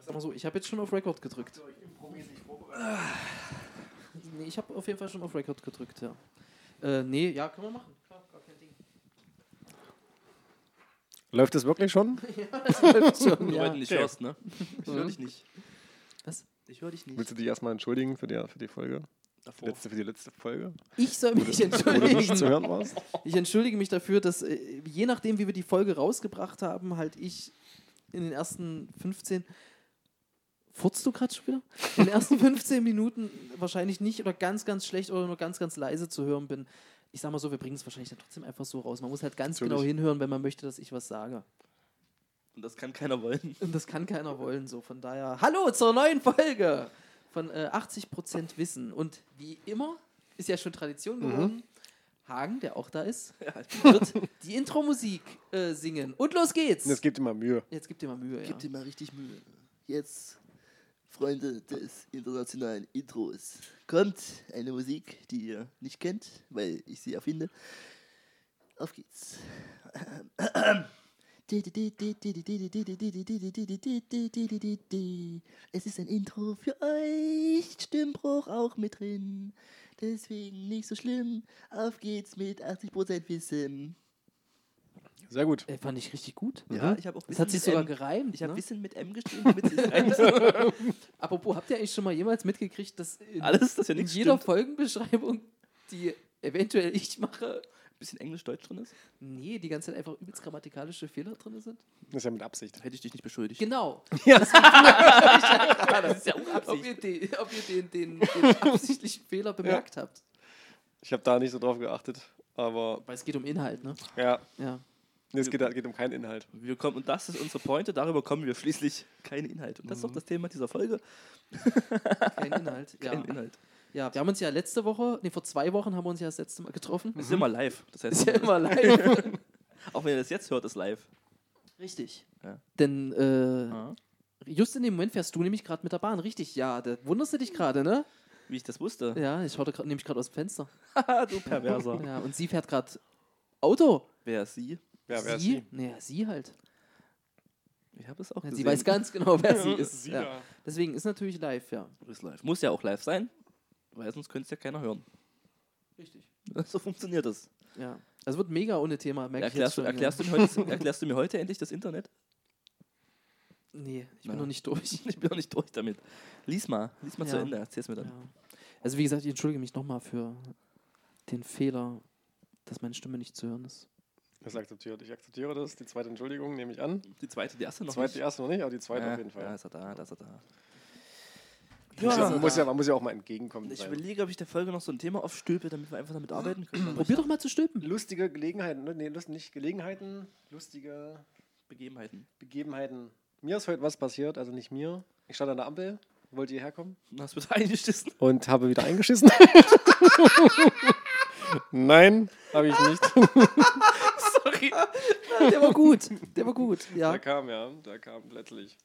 sag mal so, ich habe jetzt schon auf Record gedrückt. Ah, Nee, ich habe auf jeden Fall schon auf Record gedrückt, ja. Äh, nee, ja, können wir machen. Klar, gar kein Ding. Läuft das wirklich Nur schon? Nur weil weil du du nicht Okay. hörst, ne? Ich höre Mhm. dich nicht. Was? Ich höre dich nicht. Willst du dich erstmal entschuldigen für die, für die Folge? Die Davor. letzte, für die letzte Folge? Ich soll mich Wo du nicht zu entschuldigen. hören warst? Ich entschuldige mich dafür, dass äh, je nachdem, wie wir die Folge rausgebracht haben, halt ich in den ersten 15. Furzt du gerade schon wieder? In den ersten 15 Minuten wahrscheinlich nicht oder ganz, ganz schlecht oder nur ganz, ganz leise zu hören bin. Ich sag mal so, wir bringen es wahrscheinlich dann trotzdem einfach so raus. Man muss halt ganz Natürlich. genau hinhören, wenn man möchte, dass ich was sage. Und das kann keiner wollen. Und das kann keiner wollen, so. Von daher, hallo zur neuen Folge von äh, 80% Wissen. Und wie immer, ist ja schon Tradition geworden, Hagen, der auch da ist, wird die Intro-Musik äh, singen. Und los geht's! Es gibt immer Mühe. Jetzt gibt dir mal Mühe, ja. Gib dir mal richtig Mühe. Jetzt, Freunde des internationalen Intros, kommt eine Musik, die ihr nicht kennt, weil ich sie erfinde. Auf geht's. Es ist ein Intro für euch. Stimmbruch auch mit drin. Deswegen nicht so schlimm. Auf geht's mit 80% Wissen. Sehr gut. Ey, fand ich richtig gut. Ja, ich habe auch Das hat Wissen sich sogar mit M. gereimt. Ich habe ne? Wissen mit M geschrieben. Mit Apropos, habt ihr eigentlich schon mal jemals mitgekriegt, dass in, Alles, dass ja in nichts jeder stimmt. Folgenbeschreibung, die eventuell ich mache, Ein bisschen Englisch-Deutsch drin ist. nee, die ganze Zeit einfach übelst grammatikalische Fehler drin sind? Das ist ja mit Absicht. Hätte ich dich nicht beschuldigt. Genau. Ja. Das ist ja Absicht. Ob ihr den, ob ihr den, den, den absichtlichen Fehler bemerkt habt. Ich habe da nicht so drauf geachtet. Aber Weil es geht um Inhalt, ne? ja, Ja. nee, es geht, geht um keinen Inhalt. Wir kommen, und das ist unsere Pointe, darüber kommen wir schließlich. Kein Inhalt. Und das ist doch das Thema dieser Folge. Kein Inhalt. Mhm. Ja. Kein Inhalt. ja. Wir haben uns ja letzte Woche, nee, vor zwei Wochen haben wir uns ja das letzte Mal getroffen. Es ist immer live. Das heißt, Mhm. Ist ja immer live. auch wenn ihr das jetzt hört, ist live. Richtig. Ja. Denn äh, Ah. just in dem Moment fährst du nämlich gerade mit der Bahn. Richtig, ja. Da wunderst du dich gerade, ne? Wie ich das wusste. Ja, ich schaute grad- nämlich gerade aus dem Fenster. Haha, du Perverser. Ja, und sie fährt gerade Auto. Wer ist sie? Ja, wer ist sie? sie? Naja, sie halt. Ich habe es auch Ja, gesehen. sie weiß ganz genau, wer sie ist. Sie Ja. da. Deswegen ist natürlich live, ja. Ist live. Muss ja auch live sein, weil sonst könnte es ja keiner hören. Richtig. So funktioniert das. Ja. Das wird mega ohne Thema, merke ich jetzt Erklärst du, schon. erklärst, du mir heute, erklärst du mir heute endlich das Internet? Nee, ich bin Ja. noch nicht durch. Ich bin noch nicht durch damit. Lies mal, lies mal Ja. zu Ende, erzähl's mir dann. Ja. Also wie gesagt, ich entschuldige mich nochmal für den Fehler, dass meine Stimme nicht zu hören ist. Das akzeptiert. Ich akzeptiere das. Die zweite Entschuldigung nehme ich an. Die zweite, die erste Die noch zweite, die nicht. erste noch nicht, aber die zweite ja, auf jeden Fall. Da ist er da, da ist er da. Muss ja, Ja. man, muss ja, man muss ja auch mal entgegenkommen. Ich sein. überlege, ob ich der Folge noch so ein Thema aufstülpe, damit wir einfach damit arbeiten können. Probier doch mal zu stülpen. Lustige Gelegenheiten, ne? nee, lust, nicht Gelegenheiten, lustige Begebenheiten. Begebenheiten. Mir ist heute was passiert, also nicht mir. Ich stand an der Ampel, wollte hierher kommen. Hast du da eingeschissen? Und habe wieder eingeschissen. Nein, habe ich nicht. Sorry. Der war gut. Der war gut. Ja. Da kam ja, da kam plötzlich.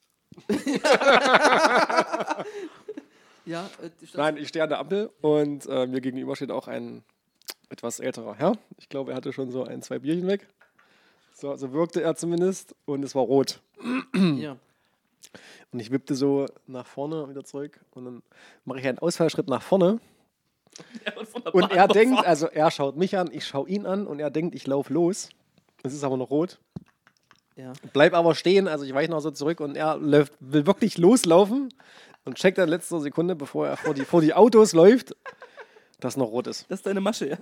ja äh, die Stadt- Nein, ich stehe an der Ampel und äh, mir gegenüber steht auch ein etwas älterer Herr. Ich glaube, er hatte schon so ein, zwei Bierchen weg. So, so wirkte er zumindest und es war rot. ja. Und ich wippte so nach vorne und wieder zurück. Und dann mache ich einen Ausfallschritt nach vorne. Und er denkt, also er schaut mich an, ich schaue ihn an und er denkt, ich laufe los. Es ist aber noch rot. ja. Bleib aber stehen, also ich weiche noch so zurück und er läuft, will wirklich loslaufen und checkt dann letzte Sekunde, bevor er vor die, vor die Autos läuft, dass noch rot ist. Das ist deine Masche, ja?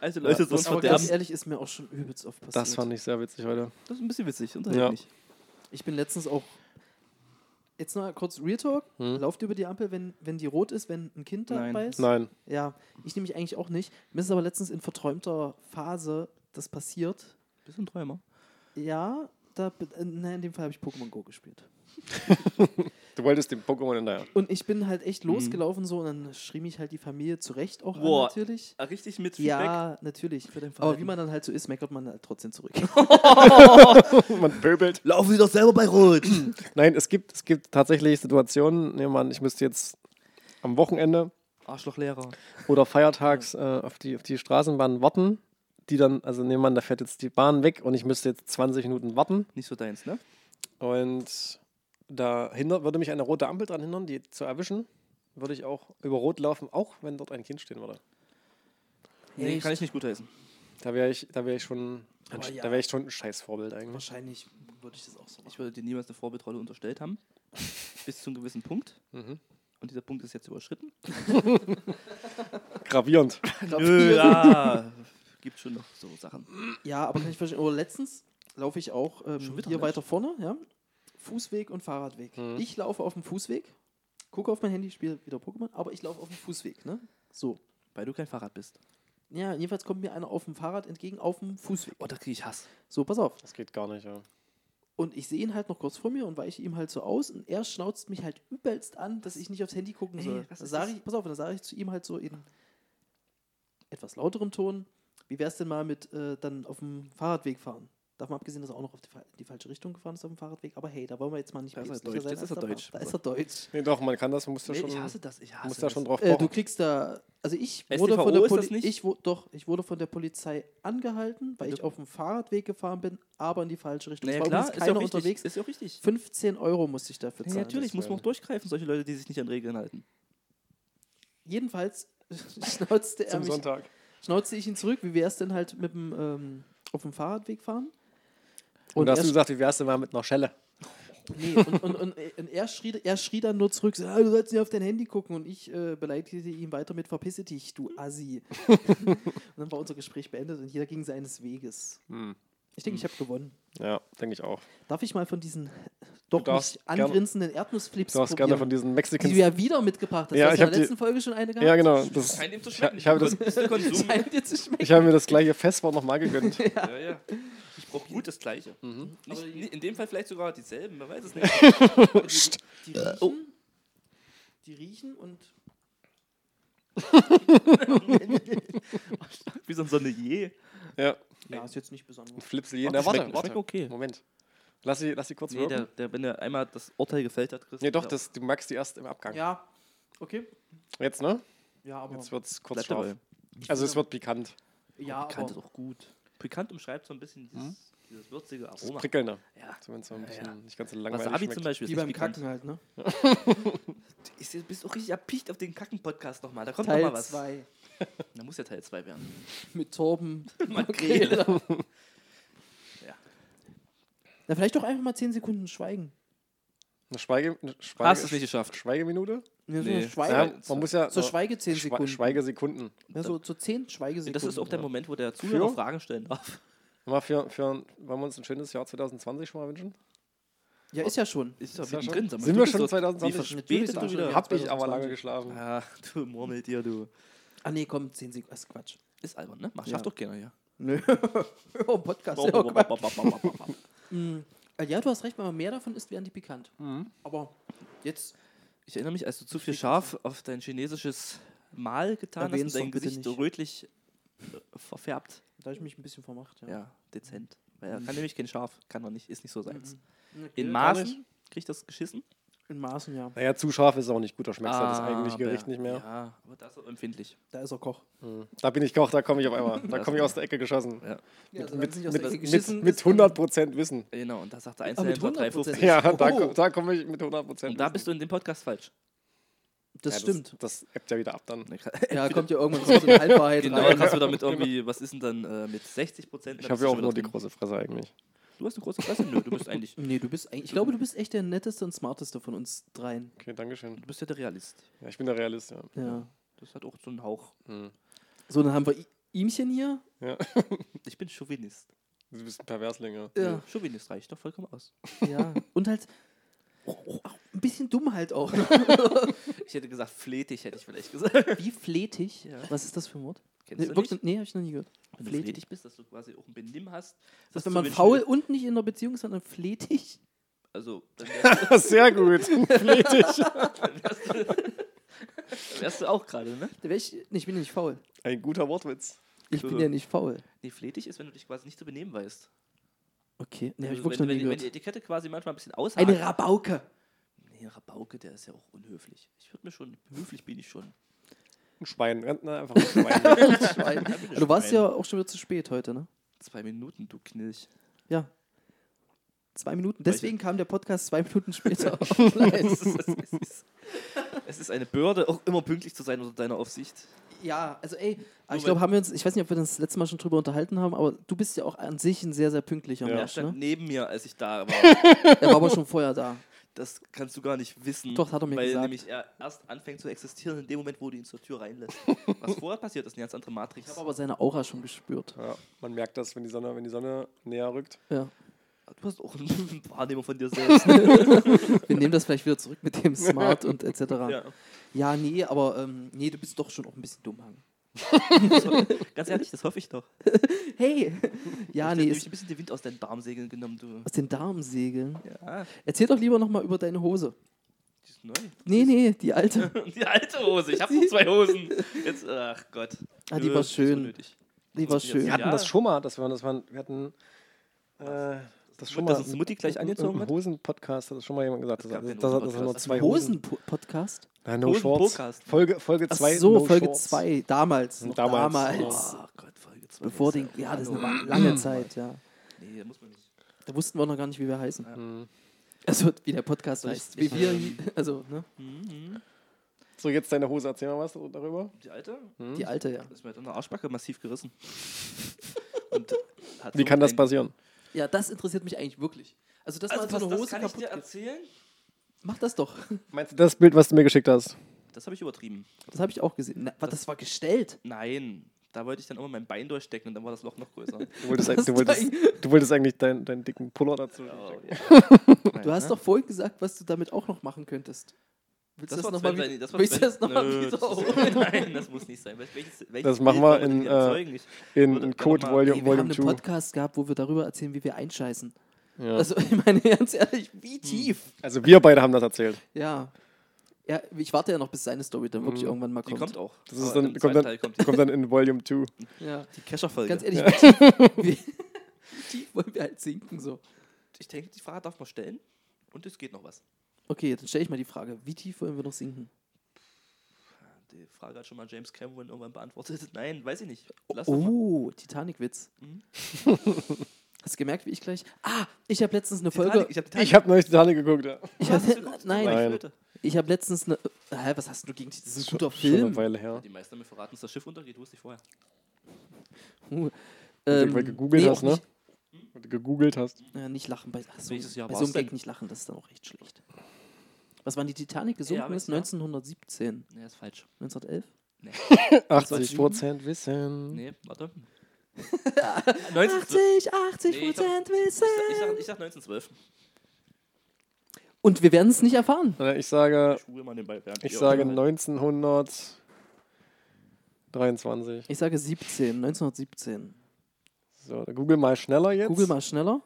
Alte Leute, das- so ein Aber Verderben. ganz ehrlich, ist mir auch schon übelst oft passiert. Das fand ich sehr witzig heute. Das ist ein bisschen witzig, Ja. unterhält Ich bin letztens auch. Jetzt noch kurz Real Talk. Lauft ihr über die Ampel, wenn, wenn die rot ist, wenn ein Kind dabei Nein. ist? Nein. Ja, ich nehme mich eigentlich auch nicht. Mir ist aber letztens in verträumter Phase das passiert. Bisschen Träumer. Ja, da, bin- äh, nein, in dem Fall habe ich Pokémon Go gespielt. Du wolltest den Pokémon in der Und ich bin halt echt losgelaufen so und dann schrie mich halt die Familie zurecht auch Boah. an, natürlich. Ah, Richtig mit Feedback. Ja, natürlich. Für dein Aber wie Verhalten. man dann halt so ist, meckert man halt trotzdem zurück. Man pöbelt. Laufen Sie doch selber bei Rot. Nein, es gibt, es gibt tatsächlich Situationen, nehmen wir an, ich müsste jetzt am Wochenende Arschlochlehrer. oder feiertags äh, auf, die, auf die Straßenbahn warten, die dann, also nehmen wir an, da fährt jetzt die Bahn weg und ich müsste jetzt 20 Minuten warten Nicht so deins, ne? und Da hindert, würde mich eine rote Ampel daran hindern, die zu erwischen, würde ich auch über Rot laufen, auch wenn dort ein Kind stehen würde. Nee, Echt? kann ich nicht gutheißen. Da wäre ich, da wäre ich schon, ein, Aber Sch- ja. da wäre ich schon ein scheiß Vorbild eigentlich. Wahrscheinlich würde ich das auch so machen. Ich würde dir niemals eine Vorbildsrolle unterstellt haben. bis zu einem gewissen Punkt. Mhm. Und dieser Punkt ist jetzt überschritten. Gravierend. Nö, ja. Gibt schon noch so Sachen. Ja, aber kann ich verstehen. Aber letztens laufe ich auch ähm, Schon wieder hier nicht. weiter vorne, ja. Fußweg und Fahrradweg. Mhm. Ich laufe auf dem Fußweg, gucke auf mein Handy, spiele wieder Pokémon, aber ich laufe auf dem Fußweg, ne? So. Weil du kein Fahrrad bist. Ja, jedenfalls kommt mir einer auf dem Fahrrad entgegen auf dem Fußweg. Oh, da kriege ich Hass. So, pass auf. Das geht gar nicht, ja. Und ich sehe ihn halt noch kurz vor mir und weiche ihm halt so aus und er schnauzt mich halt übelst an, dass ich nicht aufs Handy gucken Ey, soll. was Dann ist sag das? ich, pass auf, dann sage ich zu ihm halt so in etwas lauterem Ton, wie wär's denn mal mit äh, dann auf dem Fahrradweg fahren? Davon abgesehen, dass er auch noch auf die, fa- die falsche Richtung gefahren ist auf dem Fahrradweg, aber hey, da wollen wir jetzt mal nicht Da ist er päpstlicher deutsch, das als ist er davor. deutsch. Da ist er deutsch. Nee, doch, man kann das, man muss da Nee, schon, ich hasse das. Ich hasse muss da das. schon drauf Äh, pochen. du kriegst da, also ich StVO wurde, von der ist das Poli- nicht? ich wurde doch, ich wurde von der Polizei angehalten, weil ich auf dem Fahrradweg gefahren bin, aber in die falsche Richtung. Naja, Es war klar, übrigens ist ja keiner auch richtig. unterwegs. Ist ja auch richtig. 15 Euro musste ich dafür Ja, zahlen. natürlich, muss man auch durchgreifen, solche Leute, die sich nicht an Regeln halten. Jedenfalls schnauzte er zum mich, Sonntag. schnauzte ich ihn zurück, wie wäre es denn halt mit dem ähm, auf dem Fahrradweg fahren? Und, da er, hast du gesagt, wie wär's denn mal mit einer Schelle? nee, und, und, und, äh, und er, schrie, er schrie dann nur zurück, so, ah, du sollst nicht auf dein Handy gucken und ich äh, beleidigte ihn weiter mit verpisse dich, du Assi. und dann war unser Gespräch beendet und jeder ging seines Weges. Ich Mhm. denke, ich habe gewonnen. Hm. Ja, denke ich auch. Darf ich mal von diesen doch darfst nicht gerne- angrinsenden Erdnussflips Du hast probieren, gerne von diesen die Mexicans. du ja wieder mitgebracht hast. Ja, du hast ich in hab der die- letzten Folge schon eine gehabt. ja, genau. Das, dem zu schmecken. ich habe das- ist der Konsum. Scheint dir zu schmecken. ich habe mir das gleiche Festwort nochmal gegönnt. ja, Mhm. ja. Ich brauche gut das Gleiche. Nicht, nicht- in dem Fall vielleicht sogar dieselben, wer weiß es nicht. Die riechen, oh. die riechen und Wie so ein Sommelier. ja. ja, ist jetzt nicht besonders. Flips jeden. Ach, Na, die warte, schmecken- warte. schmecken okay. Moment. Lass sie, lass sie kurz Nee, wirken. der, der, wenn er einmal das Urteil gefällt hat, Chris. nee, doch, ja, das, du magst die erst im Abgang. Ja, okay. Jetzt, ne? Ja, aber Jetzt wird's kurz bleibt scharf. dabei. Also es wird pikant. ja, Pikant ist aber auch gut. Pikant umschreibt so ein bisschen dieses, dieses würzige Das Aroma. prickelnde. Mhm. Ja. Zumindest so ein Ja, bisschen ja. nicht ganz so langweilig Wasabi schmeckt. zum Beispiel wie ist beim nicht pikant. Kacken halt, ne? Ist, du bist auch richtig erpicht auf den Kacken-Podcast nochmal. Da kommt Teil nochmal was. 2 Da muss ja Teil 2 werden. mit Torben. Makrele. Na, vielleicht doch einfach mal 10 Sekunden schweigen. Eine Schweige... Eine Schweige Hast du es nicht geschafft. Schweigeminute? Ja, so Nee. eine Schweige, Ja, man muss ja... so Schweige 10 Schwe- Sekunden. Schweigesekunden. ja, so zu 10 Schweigesekunden. Das ist auch der Moment, wo der Zuhörer Für? Fragen stellen darf. Mal für, für, ein- wollen wir uns ein schönes Jahr 2020 schon mal wünschen? Ja, ist ja schon. Ist ja Ist ja schon- mittendrin, sag mal, Sind du wir bist schon so- 2020? Wie Natürlich verspätet sind du wir wieder? schon- Hab ich aber 2020. lange geschlafen. Ach, du Murmeltier, du. Ah, nee, komm, 10 Sekunden. Das ist Quatsch. Ist albern, ne? Mach, Ja. Schafft doch keiner hier. Nö. oh, Podcast. Ja, Quatsch. Mm, ja, du hast recht, wenn man mehr davon isst, werden die pikant. Aber jetzt Ich erinnere mich, als du zu viel scharf auf dein chinesisches Mahl getan hast Erwähn's und dein doch bitte Gesicht nicht. rötlich äh, verfärbt. Da habe ich mich ein bisschen vermacht, ja. Ja, dezent. Weil er kann nämlich kein Schaf, kann er nicht, ist nicht so seins. In In, Maßen kriegt das geschissen. in Maßen, ja. Naja, zu scharf ist auch nicht gut. Da schmeckst du Ah, das eigentliche Aber- Gericht nicht mehr. Ah, Ja, aber das ist empfindlich. Da ist er Koch. Da bin ich Koch, da komme ich auf einmal. Da komme ich aus der Ecke geschossen. Ja. Ja, also Mit, wenn sie nicht aus mit, der Ecke mit, geschissen mit ist, 100% Wissen. Genau, und da sagt der Ah, mit Einzelhändler 100%. 3,50. Ja, da, Oh. ko- da komme ich mit 100% Wissen. Und da bist du in dem Podcast falsch. Das ja, stimmt. Das, das ebbt ja wieder ab dann. ja, kommt ja irgendwann so eine Halbwahrheit Genau, dann rein. hast du damit irgendwie, was ist denn dann äh, mit 60 Prozent? Ich habe ja auch nur die große Fresse eigentlich. Du hast eine große Fresse? Nö, du bist eigentlich. Nee, du bist eigentlich, ich glaube, du bist echt der netteste und smarteste von uns dreien. Okay, Dankeschön. Du bist ja der Realist. Ja, ich bin der Realist, ja. Ja. Das hat auch so einen Hauch. Hm. So, dann haben wir I Ihmchen hier. Ich bin Chauvinist. Du bist ein Perversling, ja. Ja. Chauvinist reicht doch vollkommen aus. ja. Und halt oh, oh, auch ein bisschen dumm halt auch. Ich hätte gesagt, fletig hätte ich vielleicht gesagt. Wie fletig. Ja. Was ist das für ein Wort? Kennst Nee, du wirklich, nicht? nee, habe ich noch nie gehört. Wenn du fletig bist, dass du quasi auch ein Benimm hast. Dass was wenn zu man wünschen faul ist. und nicht in einer Beziehung ist, sondern fletig. Also, dann wärst, Sehr gut. Fletig. dann wärst, du, dann wärst du auch gerade, ne? Da wär ich, nee, ich bin ja nicht faul. Ein guter Wortwitz. Ich bin ja nicht faul. Nee, fletig ist, wenn du dich quasi nicht zu benehmen weißt. Okay, nee, habe ich Also, wirklich wenn, noch nie wenn, wenn die gehört. Etikette quasi manchmal ein bisschen aushakt. Eine Rabauke. nee, Rabauke, der ist ja auch unhöflich. Ich würde mir schon, höflich bin ich schon. Ein Schwein. Na, einfach ein Schwein. Schwein. Du warst ja auch schon wieder zu spät heute, ne? Zwei Minuten, du Knilch. Ja. Zwei Minuten. Deswegen kam der Podcast zwei Minuten später. es, ist, es, ist, es ist eine Bürde, auch immer pünktlich zu sein unter deiner Aufsicht. ja, also ey, aber ich weil- glaube, haben wir uns, ich weiß nicht, ob wir uns das letzte Mal schon drüber unterhalten haben, aber du bist ja auch an sich ein sehr, sehr pünktlicher Ja. Er Mensch, stand ne? neben mir, als ich da war. Der war aber schon vorher da. Das kannst du gar nicht wissen. Doch, hat er mir weil gesagt. nämlich er erst anfängt zu existieren in dem Moment, wo du ihn zur Tür reinlässt. Was vorher passiert, ist eine ganz andere Ich Matrix. habe aber seine Aura schon gespürt. Ja, man merkt das, wenn die Sonne, wenn die Sonne näher rückt. Ja. Ah, Du hast auch einen Wahrnehmer von dir selbst. Wir nehmen das vielleicht wieder zurück mit dem Smart und etc. Ja, ja. nee, aber ähm, nee, du bist doch schon auch ein bisschen dumm. Hang. Ganz ehrlich, das hoffe ich doch. Hey! Ja, ich nee, ist ist ein bisschen den Wind aus deinen Darmsegeln genommen, du. aus den Darmsegeln. Ja, Erzähl doch lieber nochmal über deine Hose. die ist neu. Nee, nee, die alte. Die alte Hose, ich habe noch zwei Hosen. Jetzt, ach Gott. Ah, die Nö, war ist schön. unnötig. Die war Was bin ich schön. Wir hatten Ja. das schon mal, dass wir, das waren, wir hatten äh, das schon mal. Dass uns Mutti gleich im- angezogen im hat? Hosen-Podcast hat das schon mal jemand gesagt. Es Das, gab das, den das, das sind nur zwei Hosen-Podcast. Hosen. Hosen-Podcast? Ja, no Hosen- Shorts. Podcast. Folge, Folge Ach 2. so, no Folge Shorts. 2. Damals. Noch damals. Damals. Ah, Gott, Folge 2. Bevor den, ja, das ist eine lange Zeit, ja. Nee, muss man nicht. Da wussten wir noch gar nicht, wie wir heißen. Mhm. Also, wie der Podcast heißt. Wie ich- wir, also, ne? Mhm. So, jetzt deine Hose. Erzähl mal was darüber. Hm? Die alte Die alte, ja. ist mir in der Arschbacke massiv gerissen. Und hat Wie so kann das ein- passieren? Ja, das interessiert mich eigentlich wirklich. Also, das Also, mal so eine das, Hose das kann ich kaputt dir geht. erzählen? Mach das doch. Meinst du das Bild, was du mir geschickt hast? Das habe ich übertrieben. Das habe ich auch gesehen. Na, das, war gestellt. Nein, da wollte ich dann immer mein Bein durchstecken und dann war das Loch noch größer. Du wolltest, Das du wolltest, du wolltest eigentlich deinen deinen dicken Puller dazu. Oh, schicken. ja. Du hast doch vorhin gesagt, was du damit auch noch machen könntest. Willst du das, Das, war nochmal Sven, nee, wieder? das war Willst du Sven. das nochmal Nö, das ist- wieder? Nein, das muss nicht sein. Welches, welches Das machen wir Bild wollen in, die äh, erzeugen? Ich- In, Oder- in oder Code mal- Volume, Ey, wir haben Volume einen 2. Podcast gehabt, wo wir darüber erzählen, wie wir einscheißen. Ja. Also, Also, ich meine, ganz ehrlich, wie tief? wir beide haben das erzählt. Ja. Ja, ich warte ja noch, bis seine Story dann wirklich Mhm. irgendwann mal Die kommt. kommt auch. Das ist Aber dann, im kommt, zweiten Teil dann, kommt kommt, die, dann in Volume 2. Ja. die Kescher-Folge. Ganz ehrlich, wie tief, wie, wie tief wollen wir halt sinken so? Ich denke, die Frage darf man stellen und es geht noch was. Okay, dann stelle ich mal die Frage, wie tief wollen wir noch sinken? Die Frage hat schon mal James Cameron irgendwann beantwortet. Nein, weiß ich nicht. Lass doch mal. Oh, Titanic-Witz. Mhm. Hast du gemerkt, wie ich gleich... Ah, ich habe letztens eine Titanic, Folge... Ich habe Ich habe neulich Titanic geguckt. Ja. Ich Hast du hatte, geguckt? nein, Nein. ich habe letztens eine. Hä, was hast du gegen dich? Das ist ein guter Schon eine Film. Weile her. Die meisten haben mir verraten, dass das Schiff untergeht. Wusste ich vorher. Uh, Ähm, weil du gegoogelt nee, hast, auch ne? Nicht, Weil du gegoogelt hast. äh, nicht lachen bei, ach so, Welches Jahr bei so war's einem Gag denn? nicht lachen, das ist dann auch echt schlecht. Was wann die Titanic gesunken welches ist? Jahr? 1917. Nee, ist falsch. 1911? 80% Wissen. Nee, warte. 1912. 80, 80 Nee, ich glaub- Prozent Ich sag, ich, Wissen. sag, ich sag 1912. Und wir werden es nicht erfahren. Äh, Ich sage, Ich ruhe mal den Ball. während ich ihr- sage 1923. Ich sage 17, 1917. So, dann google mal schneller jetzt. Google mal schneller.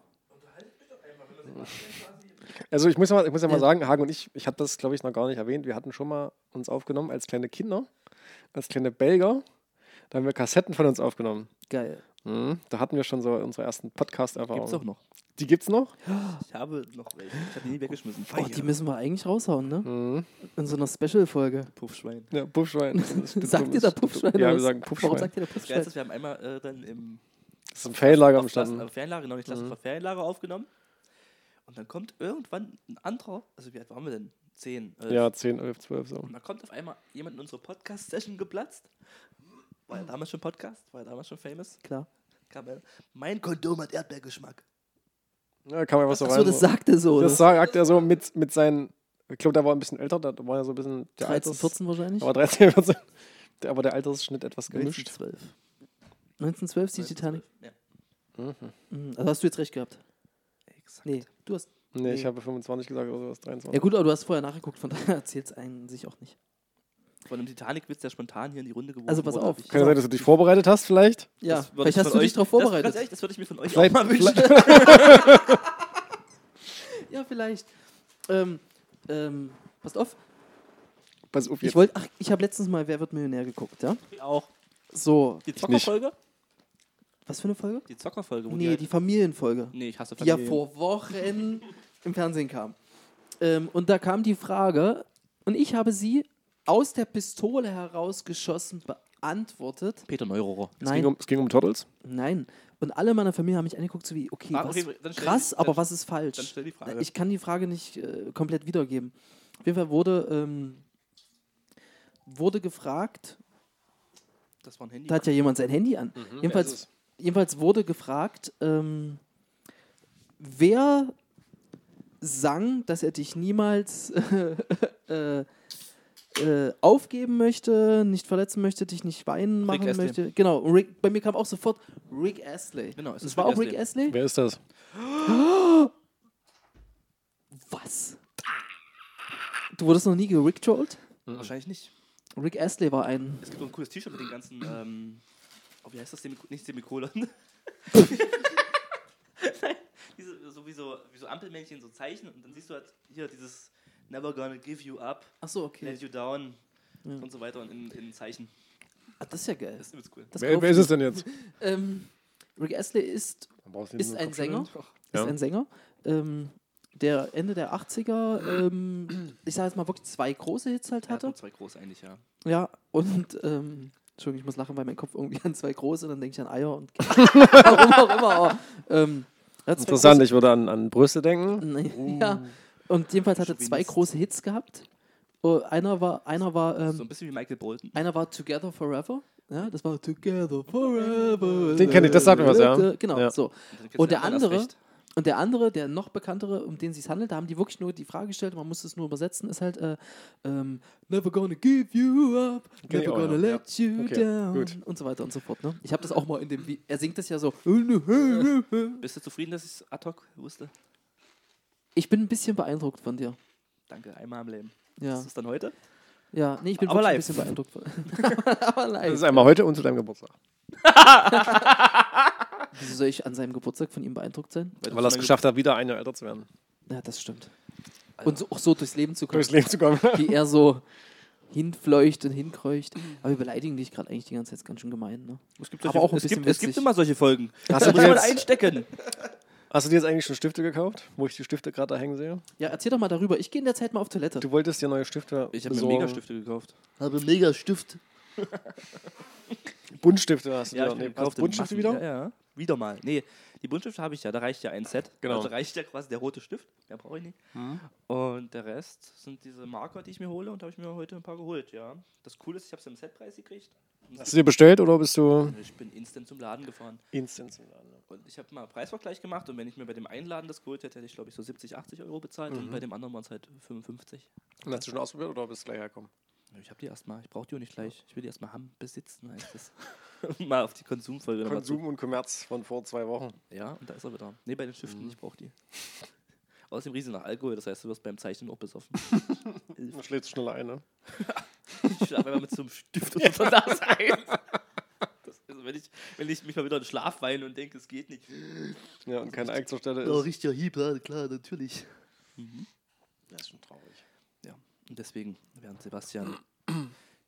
Also ich muss ja mal, ich muss ja mal Ja. sagen, Hagen und ich, ich habe das, glaube ich, noch gar nicht erwähnt. Wir hatten schon mal uns aufgenommen als kleine Kinder, als kleine Belger. Da haben wir Kassetten von uns aufgenommen. Geil. Mhm. Da hatten wir schon so unsere ersten Gibt's auch Podcast-Erfahrungen. noch. Die gibt's noch? Ich habe noch welche. Ich habe die nie weggeschmissen. Oh, die müssen wir eigentlich raushauen, ne? Mhm. Hm. In so einer Special-Folge. Puffschwein. Ja, Puffschwein. Das ist- das Sagt ist- ihr da Puffschwein? Ja, was? wir sagen Warum Puffschwein. sagt ihr da Das Geilste Puffschwein? ist, wir haben einmal äh, dann im Das ist im Ferienlager am auf Klassen, Standen. äh, Ferienlager, genau, die Mhm. Klasse von Ferienlager aufgenommen. Und dann kommt irgendwann ein anderer, also wie alt waren wir denn? Zehn. elf. Ja, 10, 11, 12 so. Und da kommt auf einmal jemand in unsere Podcast-Session geplatzt. War ja damals schon Podcast, war ja damals schon famous. Klar. Kam er, mein Kondom hat Erdbeergeschmack. Ja, kann man was so rein. Achso, das sagt er so. ne? Das oder? sagt er so mit, mit seinen. Ich glaube, der war ein bisschen älter, da war ja so ein bisschen. Der 13, Alters- 14 wahrscheinlich. Der war 13, 14. Der, aber der Altersschnitt etwas gemischt. 1912. 1912 ist die Titanic. Ja, Mhm, Also hast du jetzt recht gehabt. exakt. Nee, du hast. Nee, Nee. ich habe 25 gesagt also oder sowas, 23. Ja gut, aber du hast vorher nachgeguckt, von daher erzählt es einen sich auch nicht. Von einem Titanic-Witz, der spontan hier in die Runde geworden Also pass wurde, auf. hab ich- Kann ja sein, dass du dich vorbereitet hast, vielleicht? Ja, das würde vielleicht ich hast von du euch- dich darauf Das, ganz ehrlich, vorbereitet. das würde ich mir von euch Vielleicht, auch mal wünschen. vielleicht, Ja, vielleicht. Ähm, ähm, passt auf. pass auf, Ich jetzt. wollte, ach, ich habe letztens mal Wer wird Millionär geguckt, ja? Auch So, die nicht. Zockerfolge? was für eine Folge? Die Zockerfolge. wo Nee, halt- die Familienfolge. nee, ich hasse die ja Familien. vor Wochen im Fernsehen kam. Ähm, und da kam die Frage, und ich habe sie aus der Pistole herausgeschossen, be geantwortet. Peter Neurohrer. Es ging, Nein, um, es ging um Turtles. nein. Und alle in meiner Familie haben mich angeguckt, so wie, okay, Ah, was, okay, dann stell- krass, dann- aber was ist falsch? dann stell die Frage. Ich kann die Frage nicht äh, komplett wiedergeben. Auf jeden Fall wurde, ähm, wurde gefragt, Das war ein Handy. Mhm, da hat ja jemand sein Handy an. jedenfalls, jedenfalls wurde gefragt, ähm, wer sang, dass er dich niemals äh, äh, aufgeben möchte, nicht verletzen möchte, dich nicht weinen machen Astley. möchte. Genau, Rick, bei mir kam auch sofort Rick Astley. Genau, es das ist war Rick auch Rick Astley. Wer ist das? Was? Du wurdest noch nie gericktrollt? Wahrscheinlich nicht. Rick Astley war ein. Es gibt so ein cooles T-Shirt mit den ganzen. Ähm, oh, wie heißt das? Semik nicht Semikolon. Nein, diese, so wie so, wie so Ampelmännchen, so Zeichen. Und dann siehst du halt hier dieses Never gonna give you up, Achso, let you down und so weiter und in, in Zeichen. Ah, das ist ja geil. Das ist übelst cool. Das Wer, kaufe wer ich ist es denn jetzt? mir. Ähm, Rick Astley ist, ist ein Sänger. Ja. Ist ein Sänger. Ähm, der Ende der 80er, ähm, ich sage jetzt mal wirklich zwei große Hits halt Er hat hatte. nur zwei groß eigentlich, ja. Ja, und ähm, Entschuldigung, ich muss lachen, weil mein Kopf irgendwie an zwei große, dann denke ich an Eier und warum auch immer. Aber, ähm, er hat zwei Interessant, ich würde an, an Brüste denken. Nee, Ja. Und jedenfalls hat er zwei Chauvinist. große Hits gehabt. Oh, einer war, einer war, So ein ähm, bisschen wie Michael Bolton. einer war Together Forever. Ja, das war Together Forever. Den kenn ich, das sagt mir was, ja. Genau, Ja. so. dann kennst du halt Und der Erna andere, Lasrecht. und der andere, der noch bekanntere, um den es sich handelt, da haben die wirklich nur die Frage gestellt, man muss es nur übersetzen, ist halt äh, ähm, Never gonna give you up, Kenn ich never auch, gonna Genau, ja. let you Okay, down gut. und so weiter und so fort. Ne? Ich habe das auch mal in dem, Vi- er singt das ja so. Bist du zufrieden, dass ich es ad hoc wusste? Ich bin ein bisschen beeindruckt von dir. Danke, einmal im Leben. Ja. Was ist dann heute? Ja, nee, ich bin Aber wirklich ein live. bisschen beeindruckt. Von, aber Das ist live. einmal heute und zu deinem Geburtstag. Wieso soll ich an seinem Geburtstag von ihm beeindruckt sein? du Weil er es mein geschafft hat, wieder ein Jahr älter zu werden. Ja, das stimmt. Also Und so, auch so durchs Leben zu kommen, Durchs Leben zu kommen. wie er so hinfleucht und hinkreucht. Aber wir beleidigen dich gerade eigentlich die ganze Zeit ganz schön gemein, ne? Es gibt, Aber solche- auch ein es bisschen gibt, es gibt witzig. immer solche Folgen. Da Hast du muss dir man jetzt- einstecken. Hast du dir jetzt eigentlich schon Stifte gekauft, wo ich die Stifte gerade da hängen sehe? Ja, erzähl doch mal darüber. Ich gehe in der Zeit mal auf Toilette. Du wolltest dir neue Stifte Ich habe mir besorgen. Megastifte gekauft. Habe einen mega Stift. Buntstifte hast du Ja, dir ich nee, habe gekauft. gekauft. in Buntstifte Massen. wieder? Ja, ja. Wieder mal. Nee, die Buntstifte habe ich ja. Da reicht ja ein Set. Genau. Mhm. Also reicht ja quasi der rote Stift. Der brauche ich nicht. Und der Rest sind diese Marker, die ich mir hole. Und da habe ich mir heute ein paar geholt, ja. Das Coole ist, ich habe es im Setpreis gekriegt. Und Hast du dir bestellt oder bist du Ich bin instant zum Laden gefahren. instant zum Laden? Und ich habe mal Preisvergleich gemacht. Und wenn ich mir bei dem einen Laden das geholt hätte, hätte ich, glaube ich, so 70, 80 Euro bezahlt. Mhm. Und bei dem anderen waren es halt 55. Und hast du schon ausprobiert oder bist du gleich hergekommen? Ich habe die erstmal. Ich brauche die auch nicht gleich. Ich will die erstmal haben, besitzen, heißt das. mal auf die Konsumfolge. nochmal zu- Konsum und Kommerz von vor zwei Wochen. Ja, und da ist er wieder. Nee, bei den Stiften, ich brauche die. Außerdem riesen nach Alkohol, das heißt, du wirst beim Zeichnen auch besoffen. Man schläft schneller ein, ne? Ich schlafe einfach mit so einem Stift und so da sein. Das, also wenn, ich, wenn ich mich mal wieder in den Schlaf weine und denke, es geht nicht. Ja, und kein Eik zur Stelle Ja, ist. riecht ja Hieb, ja, klar, natürlich. Das ist schon traurig. Ja, und deswegen, während Sebastian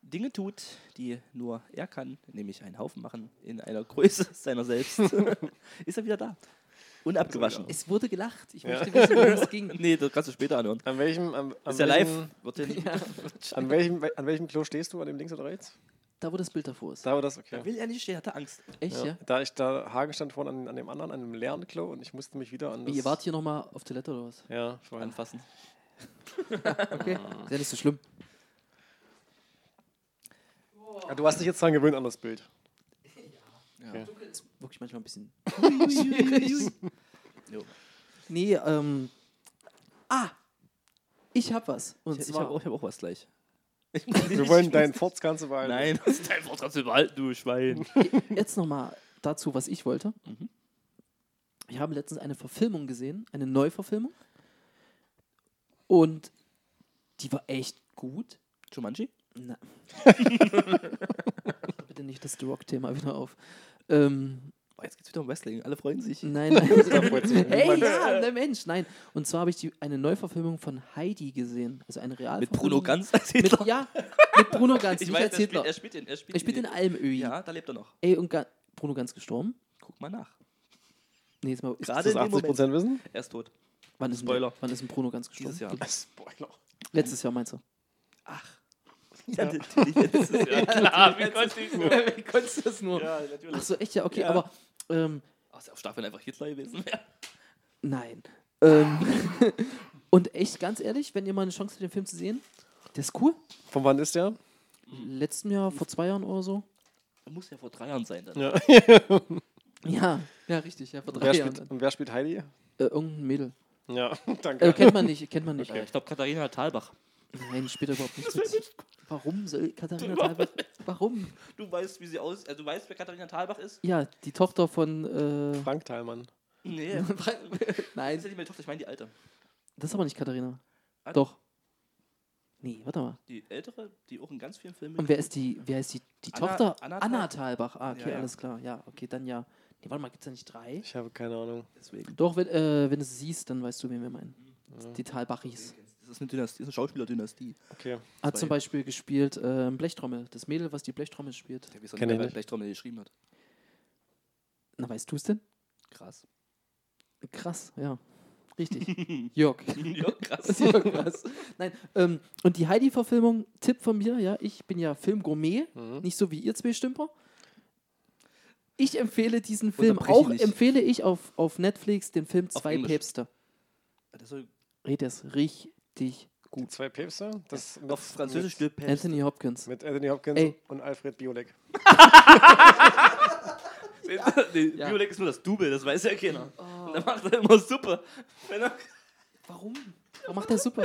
Dinge tut, die nur er kann, nämlich einen Haufen machen in einer Größe seiner selbst, ist er wieder da. Unabgewaschen. Es wurde gelacht. Ich möchte wissen, worum es ging. Nee, das kannst du später anhören. An welchem, an, an Ist ja welchem, live. Wird ja nicht, An welchem, an welchem Klo stehst du? An dem links oder rechts? Da, wo das Bild davor ist. Da war das Da okay. will er nicht stehen, hat er Angst. Echt, ja? Ja. Da ich da Hagen stand vorne an, an dem anderen, an dem leeren Klo und ich musste mich wieder an das. Wie, ihr wart hier nochmal auf Toilette oder was? Ja, vorhin. Anfassen. Okay. Ist ja Ah. nicht so schlimm. Ja, du hast dich jetzt daran gewöhnt an das Bild. Ist wirklich manchmal ein bisschen Jo. Nee, ähm. Ah! Ich hab was. Und Ich, ich habe zwar. auch, ich hab auch was gleich. Wir wollen deinen Forts ganz behalten. Nein, das ist dein Wort kannst du behalten, halt, du Schwein. jetzt nochmal dazu, was ich wollte. Ich habe letztens eine Verfilmung gesehen, eine Neuverfilmung. Und die war echt gut. Jumanji? Na. Ne. Bitte nicht das The Rock-Thema wieder auf. Ähm, Oh, jetzt geht's wieder um Wrestling, alle freuen sich. nein, nein. freut sich hey, niemand. ja, der Mensch, nein. Und zwar habe ich die, eine Neuverfilmung von Heidi gesehen. Also eine Mit Realverfilmung. Bruno Ganz als Mit, Hitler. ja, mit Bruno Ganz, ich nicht weiß, als Hitler. er spielt den. Er spielt Er spielt in Almöhi. Ja, da lebt er noch. Ey, und Ga Bruno Ganz gestorben? Guck mal nach. Nee, jetzt mal. Gerade Ist das in dem 80 Prozent Wissen? Er ist tot. Wann ist, denn- Spoiler. wann ist denn Bruno Ganz gestorben? Dieses Jahr. Spoiler. Letztes Jahr meinst du? Ach. Ja, natürlich. Das ist klar, ja klar. Wie konnte ich nur? Wie konntest du das nur? Ja, natürlich. Ach so, echt, ja, okay, Ja. aber ähm, Ach, ist ja auf Staffeln einfach Hitler gewesen wäre. nein. Ähm, und echt, ganz ehrlich, wenn ihr mal eine Chance habt, den Film zu sehen, der ist cool. Von wann ist der? Letzten Jahr, vor zwei Jahren oder so. Muss ja vor drei Jahren sein dann. Ja. Ja, ja, richtig, ja, vor drei wer Jahren. spielt, und wer spielt Heidi? Äh, irgendein Mädel. Ja, danke. Äh, kennt man nicht, kennt man nicht. Äh, Ich glaube, Katharina Thalbach. Nein, spielt er überhaupt nicht. Mit. Warum soll Katharina Thalbach? Warum? Du weißt, wie sie aus. Also, du weißt, wer Katharina Thalbach ist? Ja, die Tochter von. Äh, Frank Teilmann. Nee. Das ist Nein, ja nicht meine Tochter, ich meine die alte. das ist aber nicht Katharina. Ah, Doch. Nee, warte mal. Die ältere, die auch in ganz vielen Und Filmen. wer ist die, wer ist die, die Anna- Tochter? Anna Anna, Thalbach. Thalbach. Ah, okay, Ja, ja. alles klar. Ja, okay, dann ja. Nee, warte mal, gibt es da nicht drei? Ich habe keine Ahnung. Deswegen. Doch, wenn, äh, wenn du es siehst, dann weißt du, wen wir meinen. Mhm. Die Thalbachis. Das ist eine Dynastie, das ist eine Schauspielerdynastie. Okay. Hat zum Beispiel gespielt äh, Blechtrommel. Das Mädel, was die Blechtrommel spielt. Der weiß auch Kenn nicht, ich wer nicht. Blechtrommel geschrieben hat. Na, weißt du es denn? Krass. Krass, ja. Richtig. Jörg. ja, krass. Das ist ja krass. Nein, ähm, und die Heidi-Verfilmung, Tipp von mir, ja, ich bin ja Filmgourmet, Mhm. nicht so wie ihr zwei Stümper. Ich empfehle diesen Film. Unterbrich ihn Auch nicht. empfehle ich auf, auf Netflix den Film Auf Zwei Englisch. Päpste. Das soll Red das richtig Die gut. zwei Päpste? Das mit, auf Französisch Mit, Le Pen. Anthony Hopkins. mit Anthony Hopkins Ey. und Alfred Biolek. nee, Ja. Biolek ist nur das Double, das weiß ja keiner. Oh. Und dann macht er immer Suppe. Wenn er, Warum? Warum macht er super?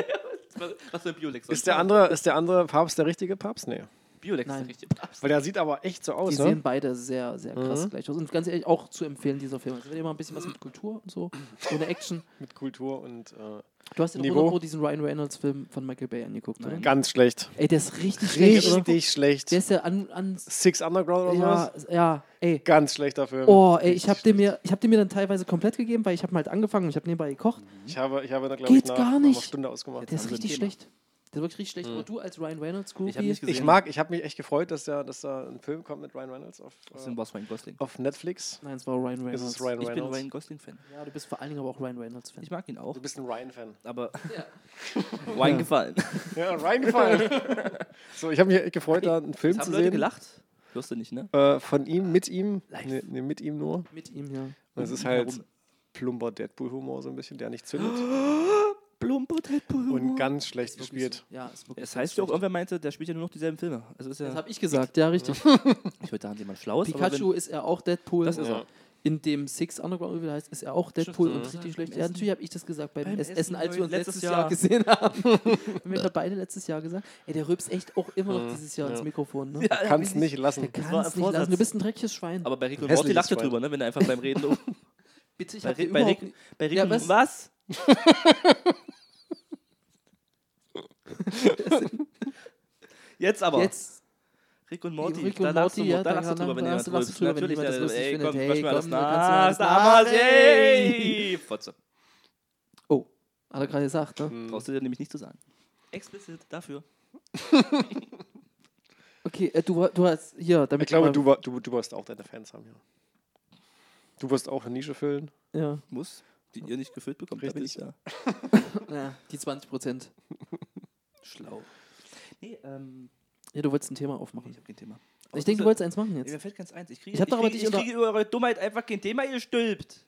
was für ein Biolek Ist der andere, ist der andere Papst der richtige Papst? Nee. Biolek ist Nein. der richtige Papst. Weil der sieht aber echt so Die aus, sehen ne? beide sehr, sehr krass Mhm. gleich aus. Und ganz ehrlich, auch zu empfehlen, dieser Film. Also, wenn ihr mal ein bisschen was mit Kultur und so, ohne Action. Mit Kultur und äh, Du hast ja Niveau. noch diesen Ryan Reynolds-Film von Michael Bay angeguckt, oder? Nein. ganz schlecht. Ey, der ist richtig schlecht, oder? Richtig Der schlecht. ist ja an, an Six Underground oder ja, sowas? ja, ey. Ganz schlechter Film. Oh, ey, ich habe den mir, ich habe den mir dann teilweise komplett gegeben, weil ich habe mal halt angefangen, und ich habe nebenbei gekocht. Ich habe, ich habe da, glaube ich, Geht nach, gar nach einer nicht. Stunde ausgemacht. Der ist haben wir ein richtig Thema. schlecht. Der ist wirklich richtig schlecht. Aber du als Ryan Reynolds Groupie, Ich habe nicht gesehen. Mhm. Ich mag, ich habe mich echt gefreut, dass da, dass da ein Film kommt mit Ryan Reynolds auf, Das äh, war es Ryan Gosling. auf Netflix. Nein, es war Ryan Reynolds. Ist es Ryan Ich bin Reynolds? Ryan Gosling-Fan. Ja, du bist vor allen Dingen aber auch Ryan Reynolds Fan. Ich mag ihn auch, Du bist ein Ryan-Fan. aber Ja. Ryan gefallen. Ja, Ryan gefallen. so, ich habe mich echt gefreut, da einen Film Jetzt haben zu Leute sehen. gelacht. Hörst du nicht, ne? Äh, von ihm, mit ihm. Live. Nee, nee, mit ihm nur. Mit ihm ja. Und es ist halt plumper Deadpool-Humor so ein bisschen, der nicht zündet. Plumper Deadpool. und ganz schlecht Ist wirklich gespielt. So. Ja, ist wirklich. Das heißt ja auch, irgendwer meinte, der spielt ja nur noch dieselben Filme. Also ist ja, Das habe ich gesagt. Ja, richtig. ich würde sagen, jemand schlau ist. aber Pikachu ist er auch Deadpool. Das ist er. In dem Six Underground wie heißt, ist er auch Deadpool und Stimmt, ja. richtig Beim schlecht. Ja, Essen. natürlich habe ich das gesagt beim, Beim Essen, Essen, als weil wir uns letztes letztes Jahr- Jahr gesehen haben. wir haben beide letztes Jahr gesagt, ey, der rülpst echt auch immer noch dieses Jahr ins Mikrofon. Ne? wenn, Mhm. ja, Kannst ja, nicht lassen. Kannst war ein nicht Vorsatz. lassen. Du bist ein dreckiges Schwein. Aber bei Rick und Hässliches Morty lacht er Schwein. drüber, ne? wenn er einfach beim Reden. um- bitte, ich bei, hab dir Rick- bei überhaupt Rick, nicht- bei Rick Ja, und was? was? Jetzt aber. Jetzt Rick und Morty. Rick da und lachst du, Morty, ja, da da lachst du kann- drüber, wenn da jemand lachst du drüber drüber, wenn Natürlich, jemand das der- lustig ey, findet. komm, Hey, wasch mir alles komm, du kannst mir nach. alles nach- Damals, ey! Fotze. Oh, hat er gerade gesagt, ne? Mhm. Brauchst du dir nämlich nicht zu sagen. Explicit dafür. Okay, äh, du, du hast hier, damit Ich glaube, mal- du, wa- du, du wirst auch deine Fans haben, ja. Du wirst auch eine Nische füllen. ja. Muss, die ihr nicht gefüllt bekommt. Da bin ich Richtig. ja. ja, die 20 Prozent. Schlau. Nee, ähm, Ja, du wolltest ein Thema ich aufmachen. habe kein Thema. Mhm. Ich denke, du wolltest eins machen jetzt. Mir fällt ganz eins. Ich kriege, Ich hab doch aber kriege, dich ich unter- kriege über eure Dummheit einfach kein Thema gestülpt.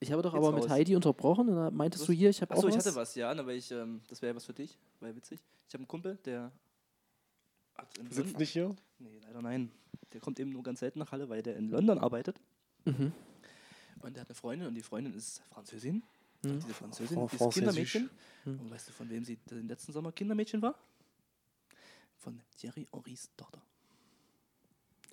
Ich habe doch Jetzt aber mit raus. Heidi unterbrochen und da meintest du hier, ich habe auch Achso, ich was. hatte was, ja, aber ich, ähm, das wäre ja was für dich, weil witzig. Ich habe einen Kumpel, der hat in Sitzt Lon- nicht hier. Nee, leider nein. Der kommt eben nur ganz selten nach Halle, weil der in London arbeitet. Mhm. Und der hat eine Freundin und die Freundin ist Französin. Mhm. Diese Französin, Fran- dieses Oh, Französisch. Hm. Kindermädchen. Mhm. Und weißt du, von wem sie den letzten Sommer Kindermädchen war? Von Thierry Henrys Tochter.